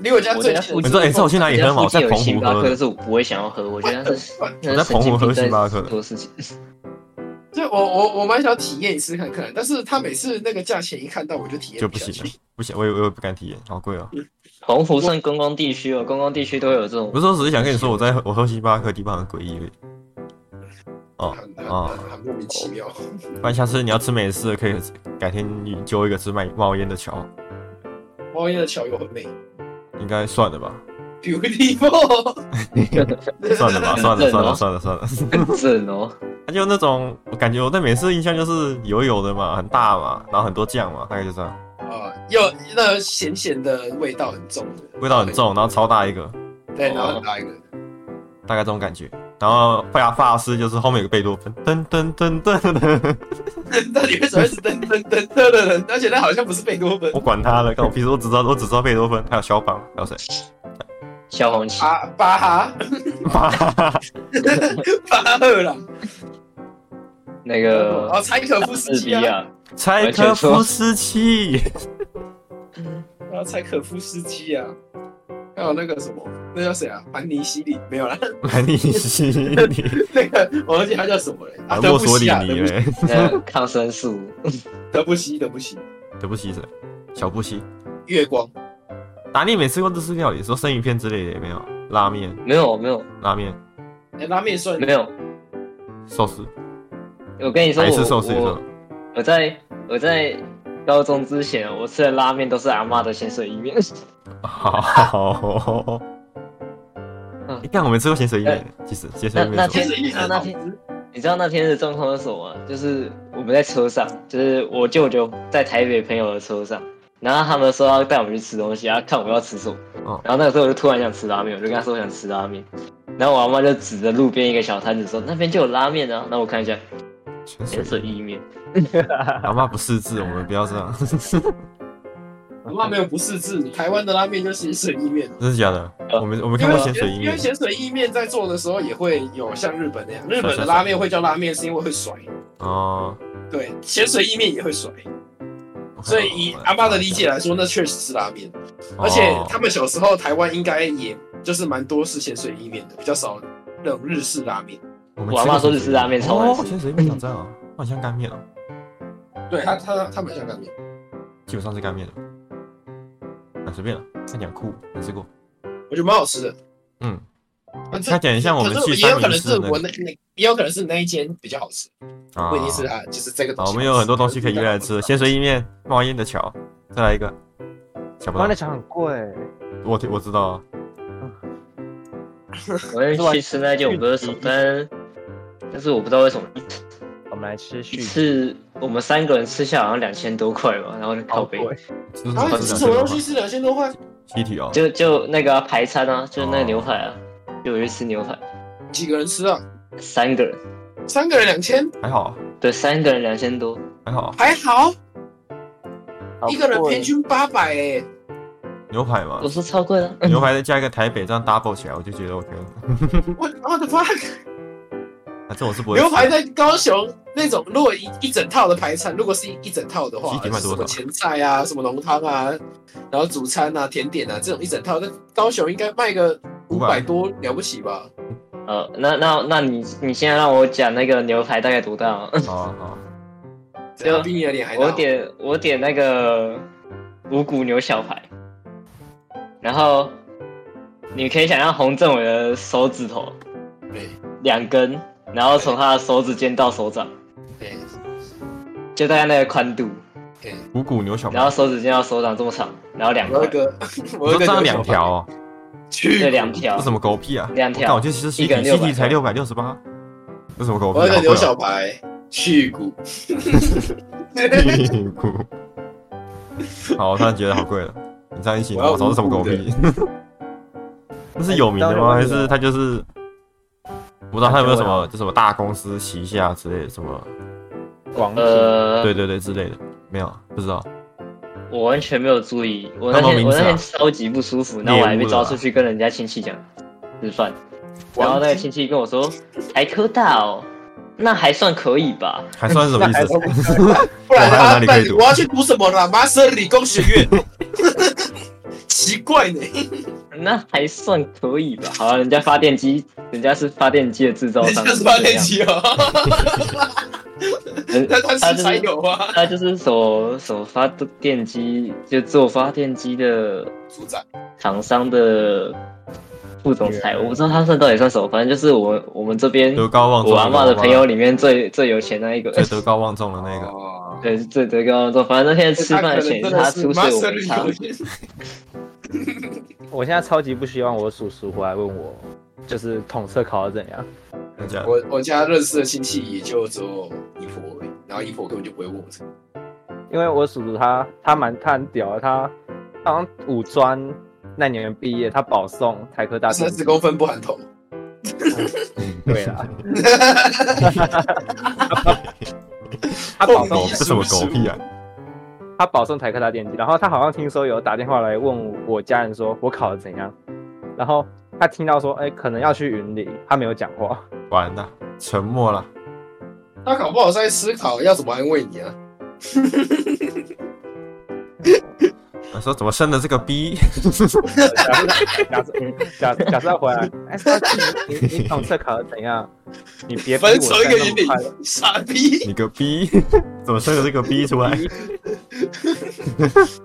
离我家
我
最
家附
近
你
近，
说，哎，这我去哪里喝嘛？
我
我
家
在
附
澎
近有
湖
星巴克，
喝
但
的。
是我不会想要喝，我觉得那 是
我在澎湖喝星巴克的
做事情。
就我我我蛮想体验一次看看，但是他每次那个价钱一看到我就体验
就
不
不
下
行了
去。，
不行，我也我也不敢体验，好贵
嗯
哦。
澎湖算观光地区哦，观光地区都会有这种
不。是，我只是想跟你说，我在我喝星巴克的地方很诡异而已。哦
很很
哦，
很很莫名其妙，
不然下次你要吃美式，可以改天你揪一个吃卖冒烟的桥，
猫烟的桥又很美
应该算了吧？
，beautiful，
算了 吧，算了，算了，算了，算了。
很正哦，
它就那种，我感觉我对美式印象就是油油的嘛，很大嘛，然后很多酱嘛，大概就这样，
啊，又那咸咸的味道很重的，
味道很重，然后超大一个，
对，然后很大一个。
大概这种感觉。然后发发丝就是后面有个贝多芬，噔噔噔噔噔，
到底为什么一直噔噔噔噔噔噔？而且他好像不是贝多芬
我管他了，干我平时我只知道我只知道贝多芬，还有肖邦，还有谁？
小红旗。
啊，巴 哈
巴哈哈哈
巴赫啦，
那
呃
个
哦，柴可夫斯
日比
基啊，
亚，
柴可夫斯基，
啊，柴可夫斯基啊，还有那个什么，那叫谁啊？盘尼西利没有啦，
兰尼西里，
那个我忘记他叫什么了，啊，
啊
德
墨
布
索
西
里
啊，
尼
德布西
嘞，
那个抗生素，
德布西，德布西，
德布西谁？小布西，
月光，
哪里没吃过日式料理？说生鱼片之类的也没有，拉面、
没有没有
拉面、
哎，拉面算
没有，
寿司，
我跟你说
还
我
是哦寿司也
我
算。
我在我在高中之前，我吃的拉面都是阿妈的咸水意面。
好，你哎看我没吃过咸水意面，
呃
其实咸水意面
那
是
其
天
实一直
那
好
天
吃。
你知道那天的状况是什么吗？就是我们在车上，就是我舅舅在台北朋友的车上，然后他们说要带我们去吃东西，然后看我要吃什么。
哦
然后那个时候我就突然想吃拉面，我就跟他说我想吃拉面，然后我阿妈就指着路边一个小摊子说那边就有拉面啊，那我看一下
咸
咸水
水意面。
意面，
阿妈不识字，我们不要这样，
阿妈没有不识字，台湾的拉面就是水意面。
真的假的？我们我们
因
看
为
过咸水意
呃因
面
为，咸水意面在做的时候也会有像日本那样，日本的拉面会叫拉面是因为会甩，
哦，
对，咸水意面也会甩，所以以阿妈的理解来说，那确实是拉面。
哦
而且他们小时候台湾应该也就是蛮多是咸水意面的，比较少那种日式拉面。
我咸水意面挑战哦，很像干面哦，
对他他他蛮像干面，
基本上是干面的，啊随便了，看起来酷，没吃过，
我觉得蛮好吃的。
嗯，
啊这
看起来很像我们
可是
去
也
三
有可
明
能
治
是
那
我那那也有可能是那一间比较好吃，
啊
不一定是它就是这个东
好，
西好吃。啊
我们有很多东西可以约来吃，咸水意
面。
面、冒烟的桥，再来一个，想不
妈
到
的，墙很贵，
我我知道啊，
我那去吃那间我不是手单，但是我不知道为什么
我们来吃续
一次我们三个人吃下好像两千多块吧，然后就靠背。
这是
啊，是什么东西是两千多块？
西体哦，
就就那个啊、排餐啊，就是那个牛排啊，就我去吃牛排，
几个人吃啊？
三个人，
三个人两千，
还好
对，三个人两千多，
还好，
还好，
好
一个人
贵
平均八百哎。
牛排嘛
我，说超贵了，
牛排再加一个台北，这样 double 起来，我就觉得 OK 了。
我我的 fuck！
反正我是不会
牛排在高雄那种，如果一一整套的排餐，如果是一一整套的话，
集体卖多
什
少
么前菜啊，什么浓汤啊，然后主餐啊，甜点啊，这种一整套，那高雄应该卖个五百
500
多了不起吧？
呃，那那那你你现在让我讲那个牛排大概多大吗？
好好，
对啊
比你的脸还大。
我点我点那个五谷牛小排，然后你可以想象洪政伟的手指头
对
两根，然后从他的手指尖到手掌，
对
就大概那个宽度，
对，
五谷牛小排
然，后手指尖到手掌这么长，然后两
我
块
有一，个我
我
有一
就
个
这
牛小
样两
排
条，哦，
去
对，两条
这，什么狗屁啊？
两条
我就吃西
一个人
体，西体
600
才六百六十八，这什么狗屁？
我有一个
好贵
牛
哦
小排去 骨，
屁股。 好，我突然觉得好贵了。你这样一起，
我要
我操，这什么狗屁？ 这是有名的吗？还是他就是？不知道他有没有什么，就什么大公司旗下之类的什么？
广景
呃，
对对对，之类的，没有，不知道。
我完全没有注意，我
他
那
们
天
名
我
字啊啊
那天超级不舒服，然后我还被抓出去跟人家亲戚讲吃饭，然后那个亲戚跟我说台科大哦，那还算可以吧，
还算是什么意
那还
思？
不然
我还有哪
啊，
里
不
可
然
以读
我要去读什么啦？麻省理工学院。 奇怪呢，
那还算可以吧。好、啊，人家发电机，人家是发电机的制造
人
商，
家是八年级哦，
人
那他
他
是
就
才
是
有啊。
他就是什么什么发电机，就做发电机的
组长，
厂商的副总裁，我不知道他算到底算什么，反正就是我我们这边
德高望重，
我阿嬷的朋友里面最最有钱那一个。
最德高望重的那个，
哦
对，最德高望重。反正那天吃饭的钱是他出，所以我
他可能
没
真
差
的。是 master
我现在超级不希望我叔叔回来问我，就是统测考的怎样。
真假 的
我我家认识的亲戚也就只有姨婆而已，然后姨婆根本就不会问我这个。
因为我叔叔他他蛮他很屌的，他他好像五专那年毕业，他保送台 科大电
三
机
十公分不含头，
对啊啦，他保送
狗
这什么狗屁啊？
他保送台科大电机，然后他好像听说有打电话来问我我家人说我考的怎样，然后他听到说哎、可能要去云林，他没有讲话，
完了，沉默了。
他搞不好是在思考要怎么安慰你啊。
我说怎么生的这个逼？
假设假假设要回来，哎、说你你你统测考的怎样？你别逼我
分手一个
生
云
那么快
顶，傻逼！
你个逼！怎么生的这个逼出来？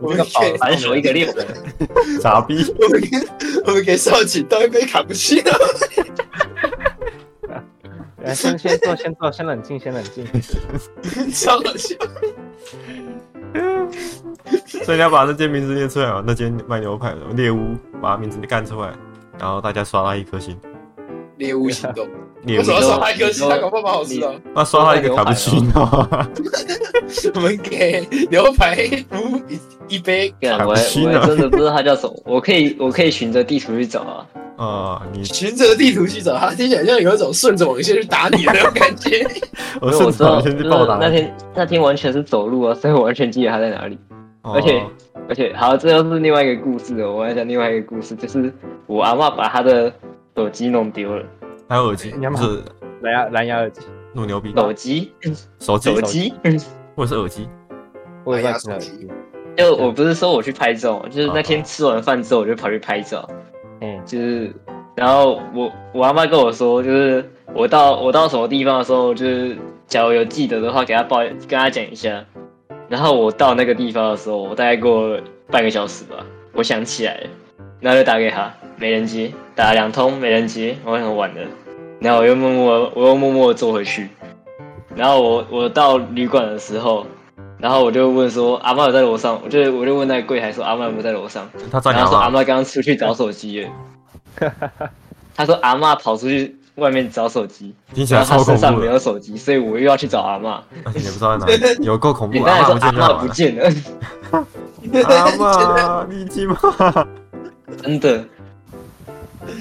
我
这
们
个宝
给
反手一个六，
傻逼，
我们给我们给少景倒一杯卡布奇诺。
来先先坐，先坐，先冷静，先冷静。
超好笑。
所以你要把那间名字列出来哦嘛？那间卖牛排的猎物，把它名字干出来，然后大家刷他一颗星。
猎物行动，
猎
为
物
什，么要
说
少他一颗星？他搞不好蛮好吃的哦。
那刷他一个卡布奇诺，
我们给牛排服务一一杯
干我还
心
我
啊
还真的不知道它叫什 么，我可以我可以循着地图去找啊。
啊， 你
循着地图去找他，听起来像有一种顺着网线去打你的那种感觉。
我
因为
甚
我
至
知道，
好
就
像
是
去暴打
那天那天完全是走路啊，所以我完全记得它在哪里。
哦
而且而且，好，这又是另外一个故事了。我要讲另外一个故事，就是我阿嬷把她的手机弄丢了，
还有耳机，
你要
不
吗
是
蓝牙蓝牙耳机，
那么牛逼，
手机
手机
手，机。
或者是耳机，
我也
蓝牙
忘记了耳
手机
机。
就我不是说我去拍照，就是那
哦
天吃完饭之后我就跑去拍照，
嗯，
就是然后我我阿妈跟我说，就是我到我到什么地方的时候，就是假如有记得的话，给他报跟他讲一下。然后我到那个地方的时候，我大概过了半个小时吧，我想起来了，然后就打给他，没人接，打了两通没人接，我很晚了，然后我又默默我又默默地坐回去，然后我我到旅馆的时候。然后我就问说阿妈有在楼上，我就我就问那个柜台说阿妈有没有在楼上，
他在啊
然
哪
后说阿
嘛？
妈刚刚出去找手机 了，他说阿妈跑出去外面找手机，
听起
然
来
后他
超恐
身上
怖
没
的，
有手机，所以我又要去找阿妈。
而且也不知道在哪里，有够恐
简
怖。
单来
阿
说，
妈
阿
不
妈不
见
见了，
了，阿 妈，你鸡巴，
真 的。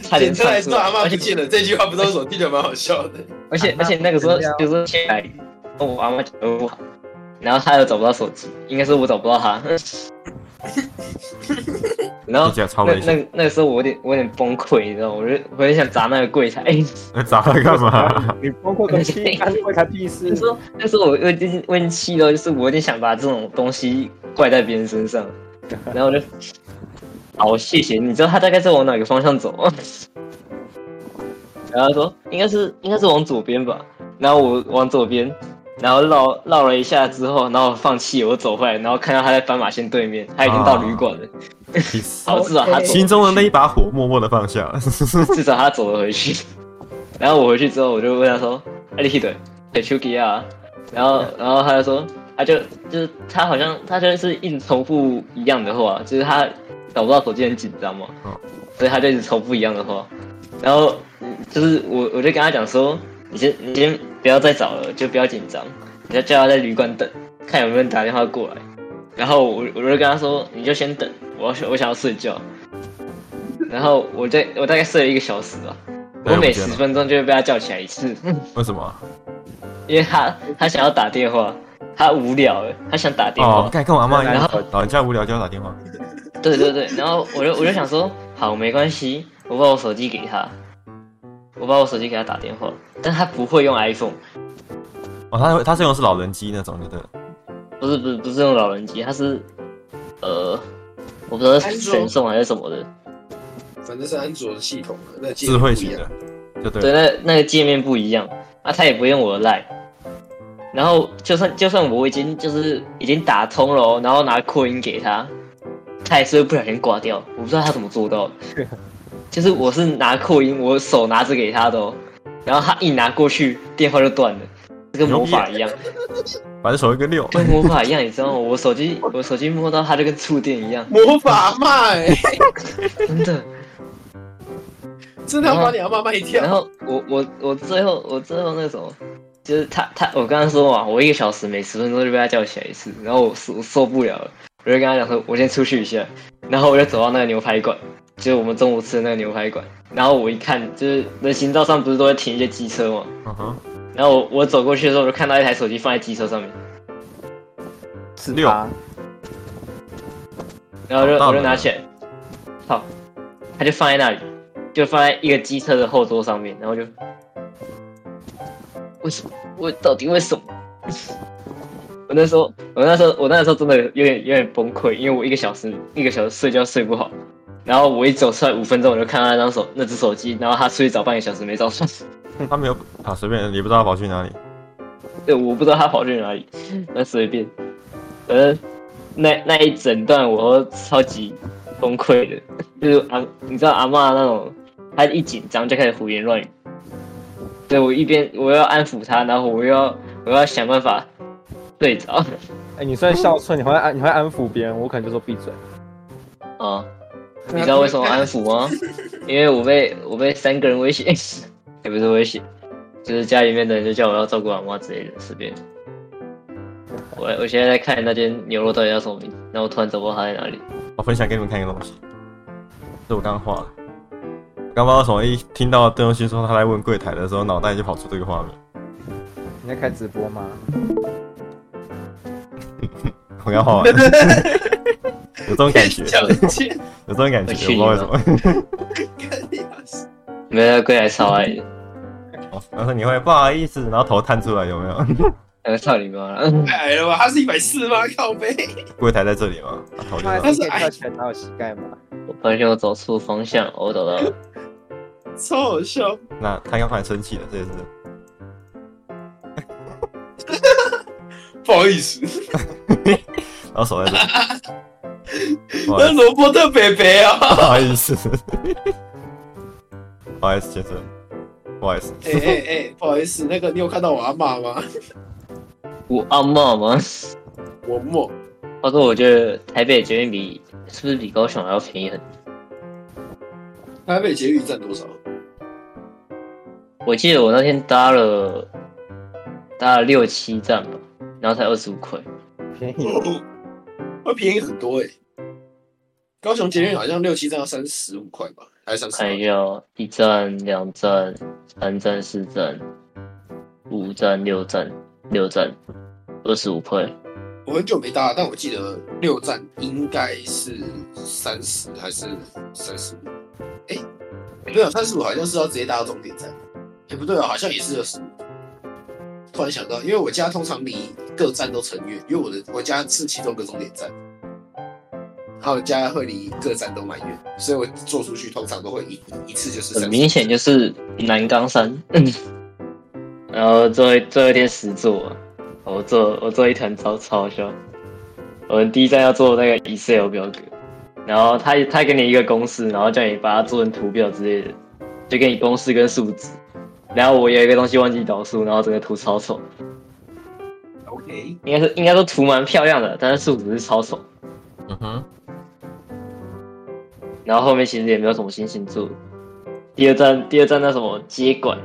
差点
简单来
唱出
说，阿妈
而
不
且
见了这句话，不知道为什么听起来蛮好笑的。
而且
阿嬷
而且那个时候
不见了
就是先来，我阿妈讲得不好，然后她又找不到手机，应该是我找不到她。 然后
听起来超
那
危险。
那那个时候我有点我有点崩溃，你知道吗？我就我很想砸那个柜台。
那 砸他 干嘛？
你包括个屁，干关他屁
那
事
时！候那时候我我已经我已经气到，就是我有点想把这种东西怪在别人身 上，然后我就，好谢谢，你知道他大概在往哪个方向走吗？然后他说应该是应该是往左边吧，然后我往左边，然后绕绕了一下之后，然后我放弃，我走回来，然后看到他在斑马线对面，他已经到旅馆了，
气死
好至少他走
啊心中的那一把火默默的放下。
至少他走了回去。然后我回去之后，我就问他说：“哎，你去对，得去给啊？”然后，然后他就说：“他就就是他好像他就是一直重复一样的话，就是他找不到手机很紧张嘛
嗯，
所以他就一直重复一样的话。然后嗯就是我我就跟他讲说：你先你先不要再找了，就不要紧张，你就叫他在旅馆等，看有没有人打电话过来。然后我我就跟他说：你就先等，我要我想要睡觉。然后我在我大概睡了一个小时吧，
哎
我每
不见
十
了
分钟就会被他叫起来一次，
为什么？
因为他他想要打电话，他无聊了，他想打电话。
哦，该跟我阿妈一
然
样
后，
老人家无聊就要打电话。
对对对，然后我就我就想说，好，没关系，我把我手机给他，我把我手机给他打电话，但他不会用 iPhone，
哦，他会他是用的是老人机那种，对不对了？
不是不是不是用老人机，他是呃，我不知道是
安卓
神送还是什么的，
反正是安卓的系统嘛，那界
智
面不
慧
一
型
样。
的，就对
对，
了。
那那个界面不一样啊，他也不用我的 line。然后就算就算我已经就是已经打通了哦，然后拿扩音给他，他也是会不小心挂掉。我不知道他怎么做到的，就是我是拿扩音，我手拿着给他的哦，然后他一拿过去，电话就断了，这跟魔法一样，
反正手一个六，
跟魔法一样，你知道吗？我手机我手机摸到它就跟触电一样，
魔法卖、
真的。
真的要把你阿妈卖
然
掉。
后我我我最后我最后那什么，就是他他我刚刚说嘛，我一个小时每十分钟就被他叫起来一次，然后我受我受不了了，我就跟他讲说，我先出去一下，然后我就走到那个牛排馆，就是我们中午吃的那个牛排馆，然后我一看，就是人行道上不是都会停一些机车嘛，
嗯哼，
然后我我走过去的时候，我就看到一台手机放在机车上面，
是
六
他，
然后我就
好大
我就
胆啊
拿起来，好，他就放在那里，就放在一个机车的后座上面，然后就，为什么？我到底为什么？ 我那时候，我那时候，我那时候真的有点有点崩溃，因为我一个小时一个小时睡觉睡不好，然后我一走出来五分钟，我就看到那张手那只手机，然后他出去找半个小时没找上，
他没有啊，随便，你不知道他跑去哪里。
呃对，我不知道他跑去哪里，那随便，反正那那一整段我都超级崩溃的，就是阿你知道阿嬷那种，她一紧张就开始胡言乱语，所以我一边我要安抚她，然后我又要我要想办法睡着。
哎，你算孝顺，你会安你会安抚别人，我可能就说闭嘴。
啊、你知道为什么安抚吗？因为我被我被三个人威胁，也不是威胁，就是家里面的人就叫我要照顾阿妈之类的，随便。我我现在在看那间牛肉到底叫什么名字，然后我突然找不到它在哪里。
我分享给你们看一个东西，是我刚刚画的。我刚不知道为什么一听到邓荣勋说他来问柜台的时候，脑袋就跑出这个画面。
你在开直播吗？
我刚画 完，有这种感觉，
讲
有
见，
这种感
我
觉，我
去你
不知道为什么。
干你老师
没有，柜台超爱的，
哦然后说你会不好意思，然后头探出来有没 有？
那个操你妈了！
太哎矮了吧？他是一百四吗？靠背，
柜台在这里吗？然后头就
他
到
还是可以跳起来打我膝盖吗？
我发现我走错方向，我找到了。
超好笑。
那他刚才生气了，这也是。
不好意思，
然 后手在这里，不好意
那
思
罗伯特北北啊，
不好意思，不好意思，先生，不好意思，
哎哎哎，不好意思，那个你有看到我阿妈吗？
我阿嬷吗？
我莫，
话说，我觉得台北捷运比是不是比高雄还要便宜很多？
台北捷运站多少？
我记得我那天搭了搭了六七站吧，然后才二十五块。
便宜，
会便宜很多哎、高雄捷运好像六七站要三十五块吧，还是三
看一
十？
下哦，一站、两站、三站、四站、五站、六站、六站，二十五块。
我很久没搭，但我记得六站应该是三十还是三十五？哎，没有三十五好像是要直接搭到终点站。哎，不对哦，好像也是二十五。突然想到，因为我家通常离各站都很远，因为我的我家是其中一个终点站，然后我家会离各站都蛮远，所以我坐出去通常都会一一次就是三嗯
很明显就是南岗山。 然后最后一最后一天实做啊，我做我做一团超超好笑。我们第一站要做那个 Excel 表格，然后他他给你一个公式，然后叫你把它做成图表之类的，就给你公式跟数值。然后我有一个东西忘记导数，然后整个图超丑，
OK，
应该是应该说图蛮漂亮的，但是数值是超丑。
嗯哼，
然后后面其实也没有什么心情做。第二站，第二站那什么接管，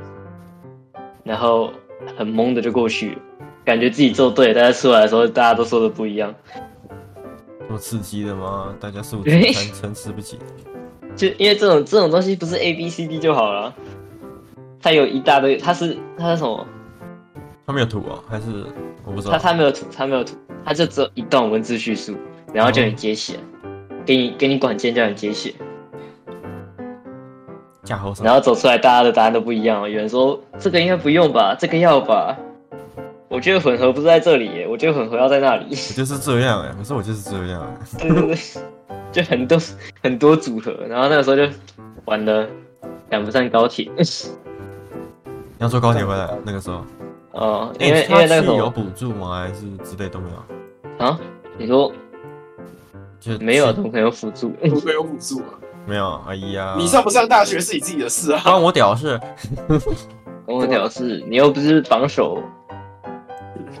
然后很懵的就过去了，感觉自己做对了，但是出来的时候大家都说的不一样，
这么刺激的吗？大家素质
哎
三参吃不起，
就因为这种这种东西不是 A B C D 就好了，它有一大堆，它是它是什么？
他没有图哦，还是我不知
它
道。
它没有图，它没有图，它就只有一段文字叙述，然后叫你接写，给你给你管键叫你接写，
架后上
然，后走出来，大家的答案都不一样哦。有人说这个应该不用吧，这个要吧。我觉得混合不是在这里耶，我觉得混合要在那里。
我就是这样哎、可是我就是这样哎、
对对对， 就很多很多组合。然后那个时候就玩的赶不上高铁，
你要坐高铁回来那个时候，
哦、
哎
因为、
他
因为那个
去
时候
有补助吗？还是之类都没有？
啊，你说
就
没有，怎么可能有辅助？
不会有补助啊？
没有，哎呀，
啊
你上不上大学是你自己的事啊。
关我屌事！
我屌事，你又不是绑手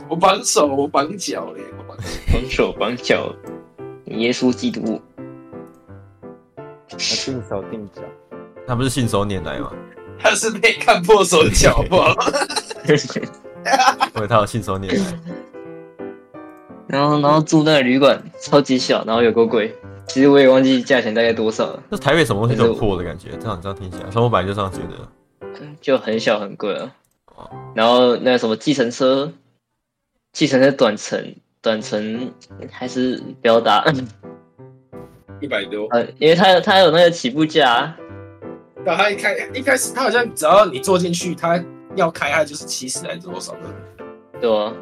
我绑手，我绑脚嘞，我绑
绑手绑脚，你耶稣基督。
我定手定脚。
他不是信手拈来吗？
他是被看破手脚， 好不好？
我以为他有信手拈来。
然后然后住那个旅馆超级小，然后有够贵。其实我也忘记价钱大概多少了，
这台北什么东西都很破的感觉，这样这样听起来，所以我本来就这样觉得。
就很小很贵啊。
哦
然后那个什么计程车，计程车短程短程还是不要搭，
一百多。
呃，因为它有它有那个起步价啊、
那他一开一开始，他好像只要你坐进去，他要开他就是七十还是多少的，
对啊，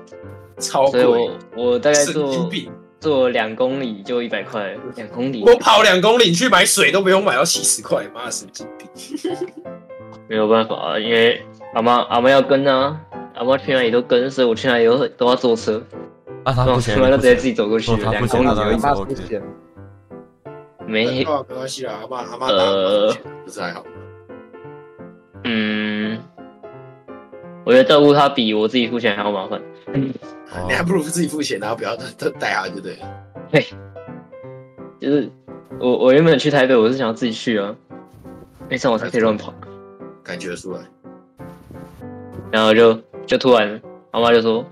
超
所以
贵，
我我大概
神经
坐
病！
坐两公里就一百块，两公里
我跑两公里去买水都不用买到七十块，妈的神经病！
没有办法啊，因 为阿妈阿妈要跟啊，阿妈去哪里都跟，所以我去哪里都都要坐车。
啊，他
那
不
我
嫌
他妈就直
你不
接
嫌
自己走过去，
哦他
两
不
公
嫌
里
他
而
当
已
然，
妈
是 OK
不嫌，
没
没，哎哦没关系啦，阿妈阿妈
呃
打不是还好，
嗯，我觉得照顾他比我自己付钱还要麻烦。
哦
你还不如自己付钱，然后不要 带带他，对不对了？
就是我我原本去台北，我是想要自己去啊，那这样我才可以乱跑。
感觉得出来，
然后就就突然妈妈就说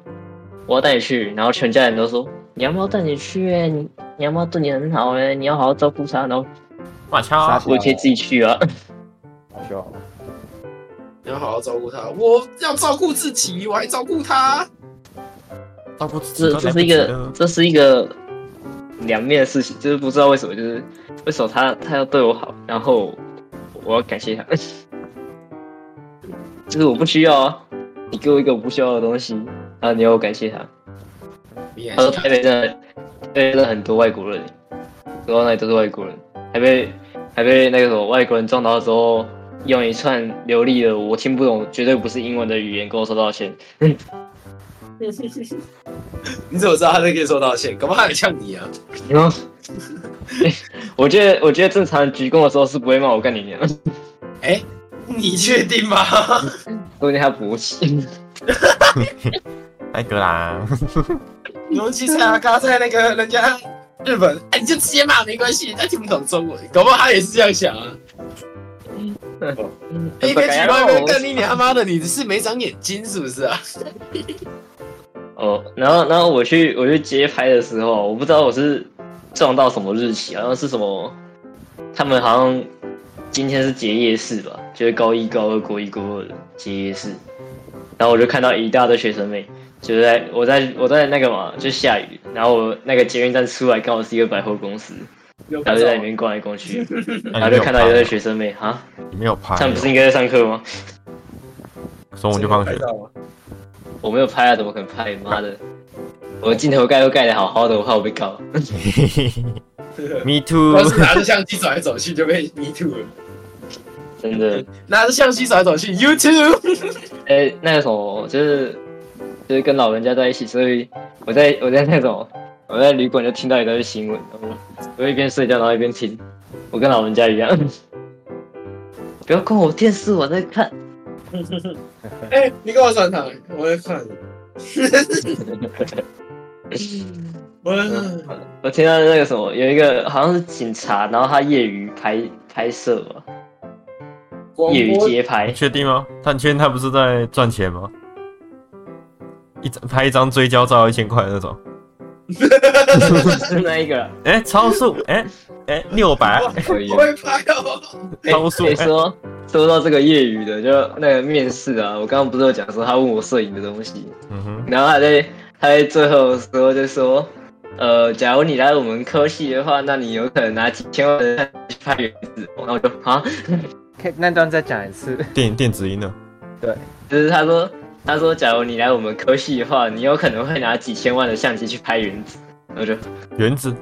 我要带你去，然后全家人都说你要不要带你去、欸？你你要不要对你很好、欸？你要好好照顾他。然后
啊马
傻
枪
笑
我也可以自己去啊。
好就好了。
你要好好照顾他。我要照顾自己，我还照顾他。
照顾自己
这
都
这
来不
是一
及
个
了，
这是一个两面的事情，就是不知道为什么，就是为什么他他要对我好，然后我要感谢他， 就是我不需要啊，你给我一个我不需要的东西，然后你要我感谢他。
你还
他说
是
台北真的，台北真的很多外国人，走到那里都是外国人，还被还被那个什么外国人撞到之后，用一串流利的我听不懂，绝对不是英文的语言跟我说道歉。
你怎么知道他在跟你说道歉？搞不好他很像你啊！
然后， 我觉得我觉得正常人鞠躬的时候是不会骂我干你娘，
你确定吗？
说不定他勃起。
艾 格兰，
尤其是啊，刚才那个人家日本，哎、你就直接骂没关系，人家听不懂中文，搞不好他也是这样想啊。一边举外面干你娘妈的，你是没长眼睛是不是啊？
哦，然后然后我去我去街拍的时候，我不知道我是撞到什么日期，好像是什么，他们好像今天是结业式吧，就是高一高二国一国二的结业式，然后我就看到一大堆学生妹，就是在我在我在那个嘛，就下雨，然后我那个捷运站出来刚好是一个百货公司，然后就在里面逛来逛去，然后就看到一堆学生妹哈，
你没有拍哦，
他们不是应该在上课吗？
中午就放学，
我没有拍啊，怎么可能拍？妈的！我镜头盖都盖得好好的，我怕我被告。
Me too，
要是拿着相机走来走去就被 me too 了，
真的，
拿着相机走来走去 you too。
呃、那个什么，就是就是跟老人家在一起，所以我在我在那种我在旅馆就听到一堆新闻，我我一边睡觉然后一边听，我跟老人家一样。 不要看我电视，我在看。
哎、你跟我转台，我在 看。我
我听到那个什么，有一个好像是警察，然后他业余拍拍摄嘛，
广
业余
播
街
你
拍，
确定吗？他你确定他不是在赚钱吗？一张拍一张追焦照一千块那种，
是那一个。
哎、超速，哎、哎，六百、
我会拍哦。
超速，
欸
哎、
说说到这个业余的，就那个面试啊，我刚刚不是有讲说他问我摄影的东西，
嗯哼，
然后他在他在最后的时候就说，呃，假如你来我们科系的话，那你有可能拿几千万的去拍原子然后我就啊，
可以那段再讲一次，
电电子音的，
就是他说他说，假如你来我们科系的话，你有可能会拿几千万的相机去拍原子。我就
原子，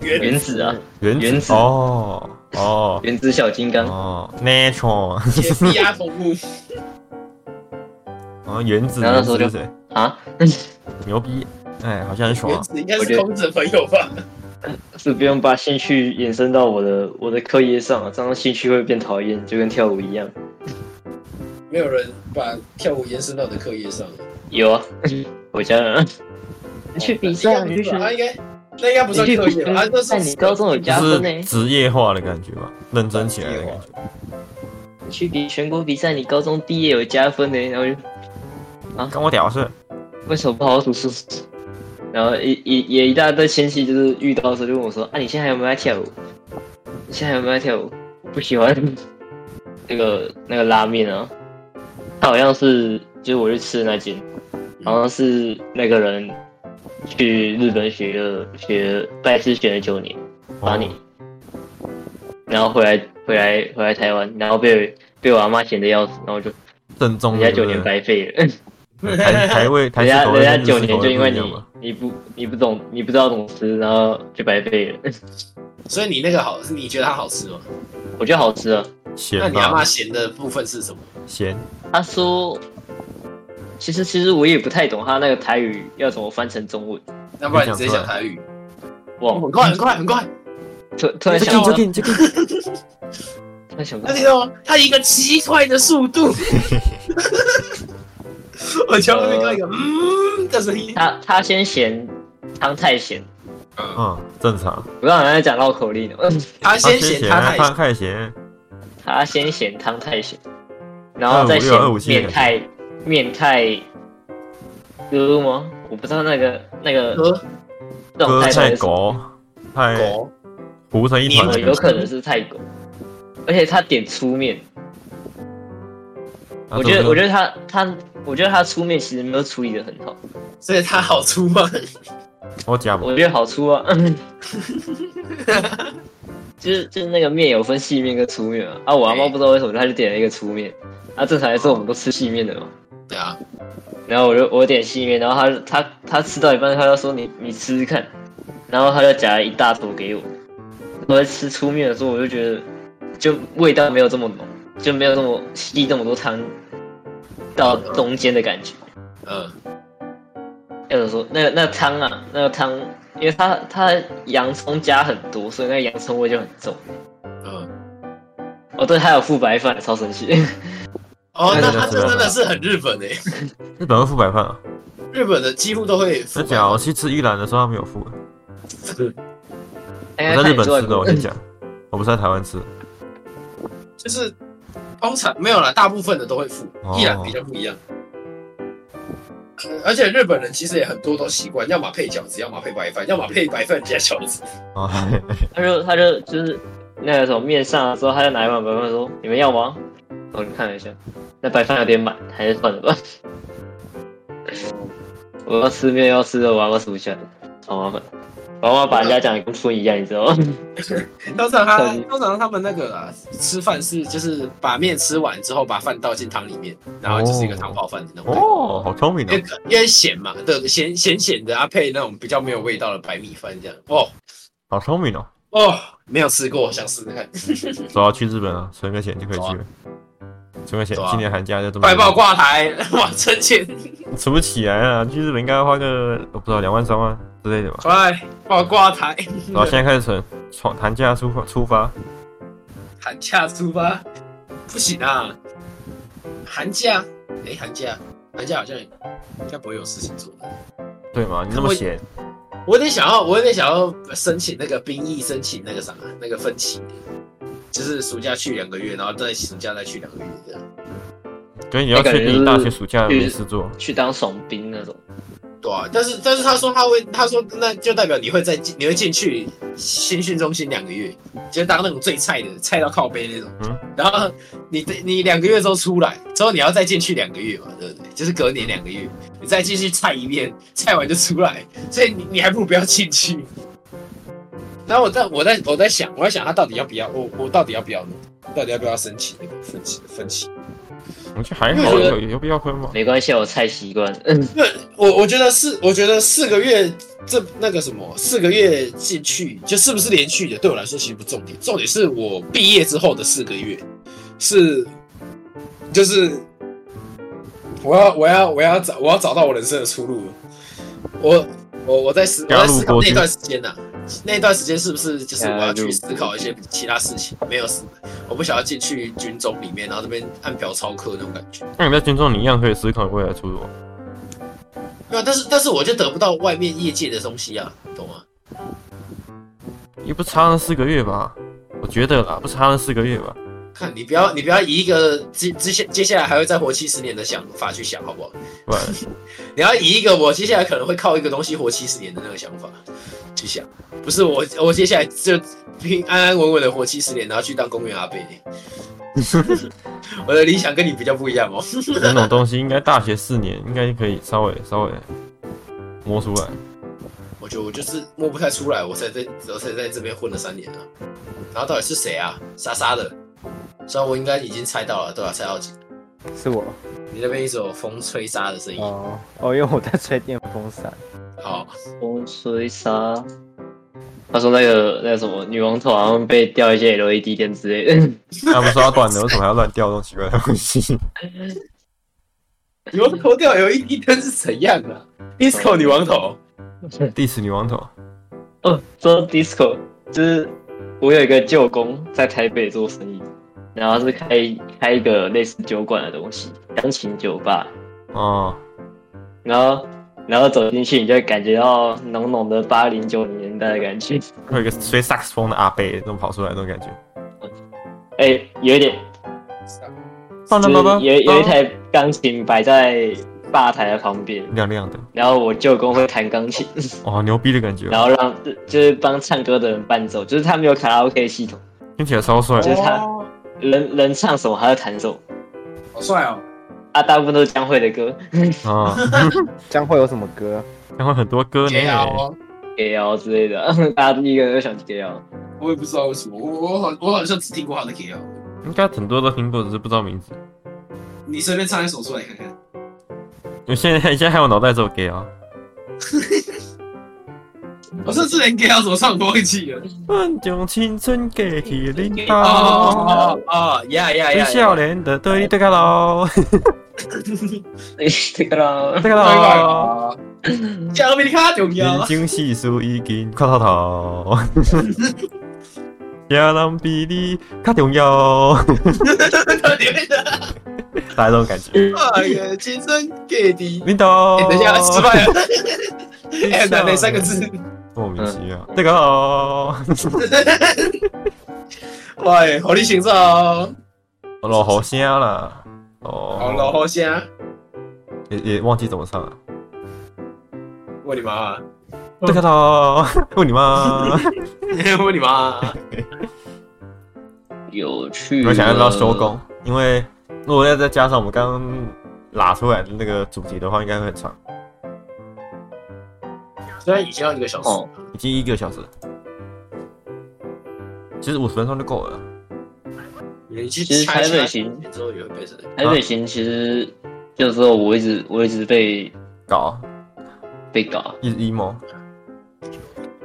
原
原子啊，
原
原子
哦哦
原子小金刚，
哦，natural，
铁臂压头 部，
哦，原子，
然后
原
那时候
子
就是
谁？
啊，
牛逼，哎、好像很爽、
原
啊，
子应该是空子朋友吧？
是不用把兴趣延伸到我的我的课业上，啊这样兴趣会变讨厌，就跟跳舞一样。
没有人把跳舞延伸到你的课业上。
有 啊，我家人啊。你去比
哦
赛啊，你去学，
他应该那应该不算课业吧？啊，那
但
是
你高中有
就
加分呢、欸
是职业化的感觉吧，认真起来的感觉。
你去比全国比赛，你高中毕业有加分呢、然后就
跟我屌事，
为什么不好好读书？然后也也也一大堆亲戚就是遇到的时候就问我说：“啊，你现在还有没有在跳舞？你现在还有没有在跳舞？不喜欢那个那个拉面啊，他好像是就是我去吃的那间，好像是那个人去日本学了学拜师学了九年。”把你，然后回来回来回来台湾，然后被被我阿妈嫌的要死，然后就
正宗
人
的
家九年白费了，
台台位台
人
式
家
口味
人家
跟日式
九年
口
就因
味不
为
一样
你
嘛
你不你不懂你不知道怎么吃，然后就白费了。
所以你那个好是你觉得它好吃吗？
我觉得好吃啊，
那
咸
你阿妈
吧
咸的部分是什么？
咸，
他说其实其实我也不太懂他那个台语要怎么翻成中文。
要不然你直接讲台语。哦
哇，
很快，很快，很快！
突突然
哦这
想
个
到
这，个这个，
突然想到
那，听到吗？它以一个奇快的速度。 我前面看一个嗯的声音。
他他先嫌汤太咸，
嗯，正常。啊
我刚才在讲绕口令呢。
他
他
先嫌他太
翻开鞋，
他先嫌汤太咸，然后再嫌
256
面太面太哥吗？我不知道那个那个
和
状
哥
态到底
太
是什么
狗，太
狗
糊成一团
呃，。有可能是泰国，而且他点粗面，
啊
我觉得我觉得他他我觉得他粗面其实没有处理的很好，
所以他好粗吗？
得我假不
我觉得好粗啊， 就是就是那个面有分细面跟粗面嘛，啊，我阿妈不知道为什么她就点了一个粗面，啊，正常来说我们都吃细面的嘛，
对啊，
然后我就我点细面，然后他他他吃到一半，他就说你你吃吃看，然后他就夹了一大坨给我。我在吃粗面的时候，我就觉得就味道没有这么浓，就没有那么吸这么多汤到中间的感觉。
嗯，
要怎么说？那个那个汤啊，那个汤，因为它它洋葱加很多，所以那个洋葱味就很重。
嗯，
哦，对，还有副白饭，超神奇。
哦，
对
那
对
他
对
这
对
真
对
的是很日本诶，
日本会付白饭啊。
日本的几乎都会付。
真假？我去吃玉兰的时候他没有付，
哎
我在日本吃
看你
的，
做
我跟你讲，我不是在台湾吃。
就是通常没有啦，大部分的都会付
哦，
依然比较不一样。呃而且日本人其实也很多都习惯，要么配饺子，要么配白饭，要么配白饭加饺子。
啊，
他就他就就是那个什么面上的时候，他就拿一碗白饭说：“你们要吗？”我就看了一下，那白饭有点满，还是算了吧。我要吃面，要吃肉，我要吃不下来，好麻烦。我妈把人家讲的跟猪一样，你知道吗？
嗯
通常他
对
通常他们那个啦，吃饭是就是把面吃完之后，把饭倒进汤里面，然后就是一个汤泡饭的那种感觉。
哦，好聪明
因为
哦！
可因为咸嘛，对，咸咸咸的，啊，配那种比较没有味道的白米饭这样。哦
好聪明哦！
哦，没有吃过，想试试看。
主要去日本啊，存个钱就可以去了。存个钱
走，啊
今年寒假就这么
快报挂台， 哇，真钱！
存不起来啊！去日本应该花个我不知道两万三万之类的吧。
快报挂台，
然后现在开始存，从寒假出发出发，
寒假出发，不行啊！寒假，哎、寒假，寒假好像应该不会有事情做。
对吗？你那么闲，
我有点想要，我有点想要申请那个兵役，申请那个啥，那个分期，就是暑假去两个月，然后再暑假再去两个月这样。
所以你要确定你大学暑假没事做。
去当爽兵那种，
对啊，但是但是他说他会，他说那就代表你会在你会进去新训中心两个月，就当那种最菜的，菜到靠背那种。
嗯
然后你你两个月之后出来，之后你要再进去两个月嘛，对不对？就是隔年两个月，你再继续菜一遍，菜完就出来，所以你你还不如不要进去。然后我在我在我在想，我在想他到底要不要我我到底要不要呢？到底要不要申请那个分期分期？
我觉得还好，有有必要分吗？
没关系，我菜习惯了。
我我觉得四，我觉得四个月这那个什么，四个月进去就是不是连续的，对我来说其实不重点，重点是我毕业之后的四个月是，就是我要我要我要找我要找到我人生的出路了。我我我在思我
加入
在思考
国军
那段时间呐、那段时间是不是就是我要
加入
去思考一些其他事情？没有事，我不想要进去军中里面，然后这边按表操课那种感觉。
那你在军中，你一样可以思考未来出路。
对啊，但是但是我就得不到外面业界的东西啊，懂吗？
也不差那四个月吧？我觉得啦，不差那四个月吧。
看你不要，你不要以一个接接下接下来还会再活七十年的想法去想，好不好？
不然
你要以一个我接下来可能会靠一个东西活七十年的那个想法去想，不是我我接下来就平安安稳稳的活七十年，然后去当公务员阿伯。 我的理想跟你比较不一样哦。
那种东西应该大学四年应该可以稍微稍微摸出来。
我觉得我就是摸不太出来，我才在我才在这边混了三年啊。然后到底是谁啊？莎莎的，虽然我应该已经猜到了，对啊吧、猜到几
是我
你那边一直有风吹沙的声音。
哦哦，因为我在吹电风扇。
好，
风吹沙，他说那个那个什么女王头好像被掉一些 LED 电之类的。
那不是要断的，为什么还要乱掉这种奇怪的东西？
女王头掉有一一根是怎样的、啊、？disco 女王头，
第十女王头，
哦，说到 disco 就是我有一个舅公在台北做生意，然后是开开一个类似酒馆的东西，钢琴酒吧，
哦，
然后然后走进去，你就会感觉到浓浓的八零九零年代的感觉，
会有一个吹萨克斯风的阿贝那种跑出来那种感觉，
哎、有一点，
棒棒棒
就是
棒，
有有一台钢琴摆在吧台的旁边，
亮亮的，
然后我舅公会弹钢琴，
哇，牛逼的感觉，
然后让 就是帮唱歌的人伴奏，就是他没有卡拉 OK 系统，
听起来超帅，
就是他
哦
人人唱什么他就弹什么，
好帅哦！
啊，大部分都是江蕙的歌，
啊，
将会有什么歌？
然后很多歌呢
解，压哦，
给摇之类的， 大家第一个就想给摇，
我也不知道为什么，我我好我好像只听过他的解压。
应该很多都听过，只是不知道名字。
你随便唱一首出来看看。
我现在现在还有脑袋只有 gay 啊，
我甚至连 gay 要怎么唱都忘记了。
万种青春给体领导，
哦哦哦，呀呀
最
呀！
笑脸的对对个喽，
这个咯，
对
拜
个
拜
喽。
啊！讲比你卡重
人
要。
生系数已经快到头， 家人比你较重要，大家这种感 觉。
哎呀，青春给你。
领导，
哎，等一下，失败了。哎，
哎
很难的三个字。
莫名其妙。对个喽，
喂，好你形象哦，
老好声啦，
好老
哦，
好啊声。
也也忘记怎么唱了。
我的妈！啊
对个喽，问你妈，
我的妈！
有趣了，
我想要到收工，因为如果要再加上我们刚刚拉出来的那个主题的话，应该会很长，
虽然已经要一个小时，
哦，
已经一个小时了。其实五十分钟就够了。
你去
其实
拆
台
下
北
来
行，
之后也会变成。
台北行其实有时候我一直我一直被
搞
被搞，
一直 emo，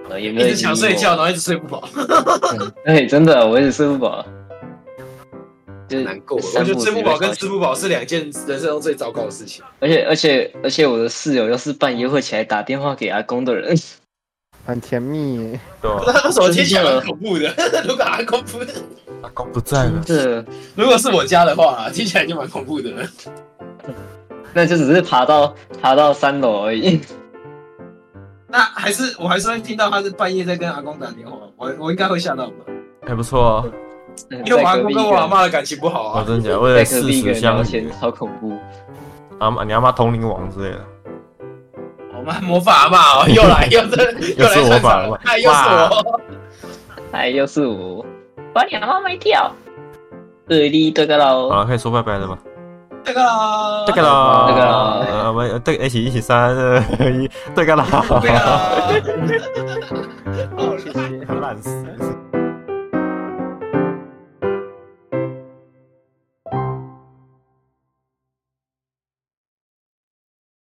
呃也没有
一直想睡觉，
赢
然后一直睡不饱，
我。嗯对，真的我一直睡不饱，就是
难过。我
三
觉得
步
睡不饱跟
直
吃
接
不饱是两件人生中最糟糕的事情。
而且而且而且我的室友又是半夜会起来打电话给阿公的人，
很甜蜜，
对啊吧？
那为什么听起来很恐怖的？ 如果阿公不，
阿公不在了，
这
如果是我家的话， 听起来就蛮恐怖的。
那就只是爬到爬到三楼而已。
那还是我还是会听到他是半夜在跟阿公打电话，我我应该会吓到吧？
还不错哦。
因为我阿
在隔
公
壁
跟
一个
我阿
人
啊妈的感情不好
我
啊。
真的假的？为了
在隔
事
壁一个
实
人聊
相许
天，，好恐怖。
阿妈啊你阿妈通灵王之类的，
我妈魔法阿妈哦，又来又是
又
来
是我
算
把
场
了
了，哎，又是我。
哎，又是我，把你阿妈卖掉。对立对个
好
喽，
了，可以说拜拜了吧？
这个啦，
哦对个啦，
这个啦
呃，我们对一起一起 三二一，对个啦，
这个啦。好
谢谢。
烂死。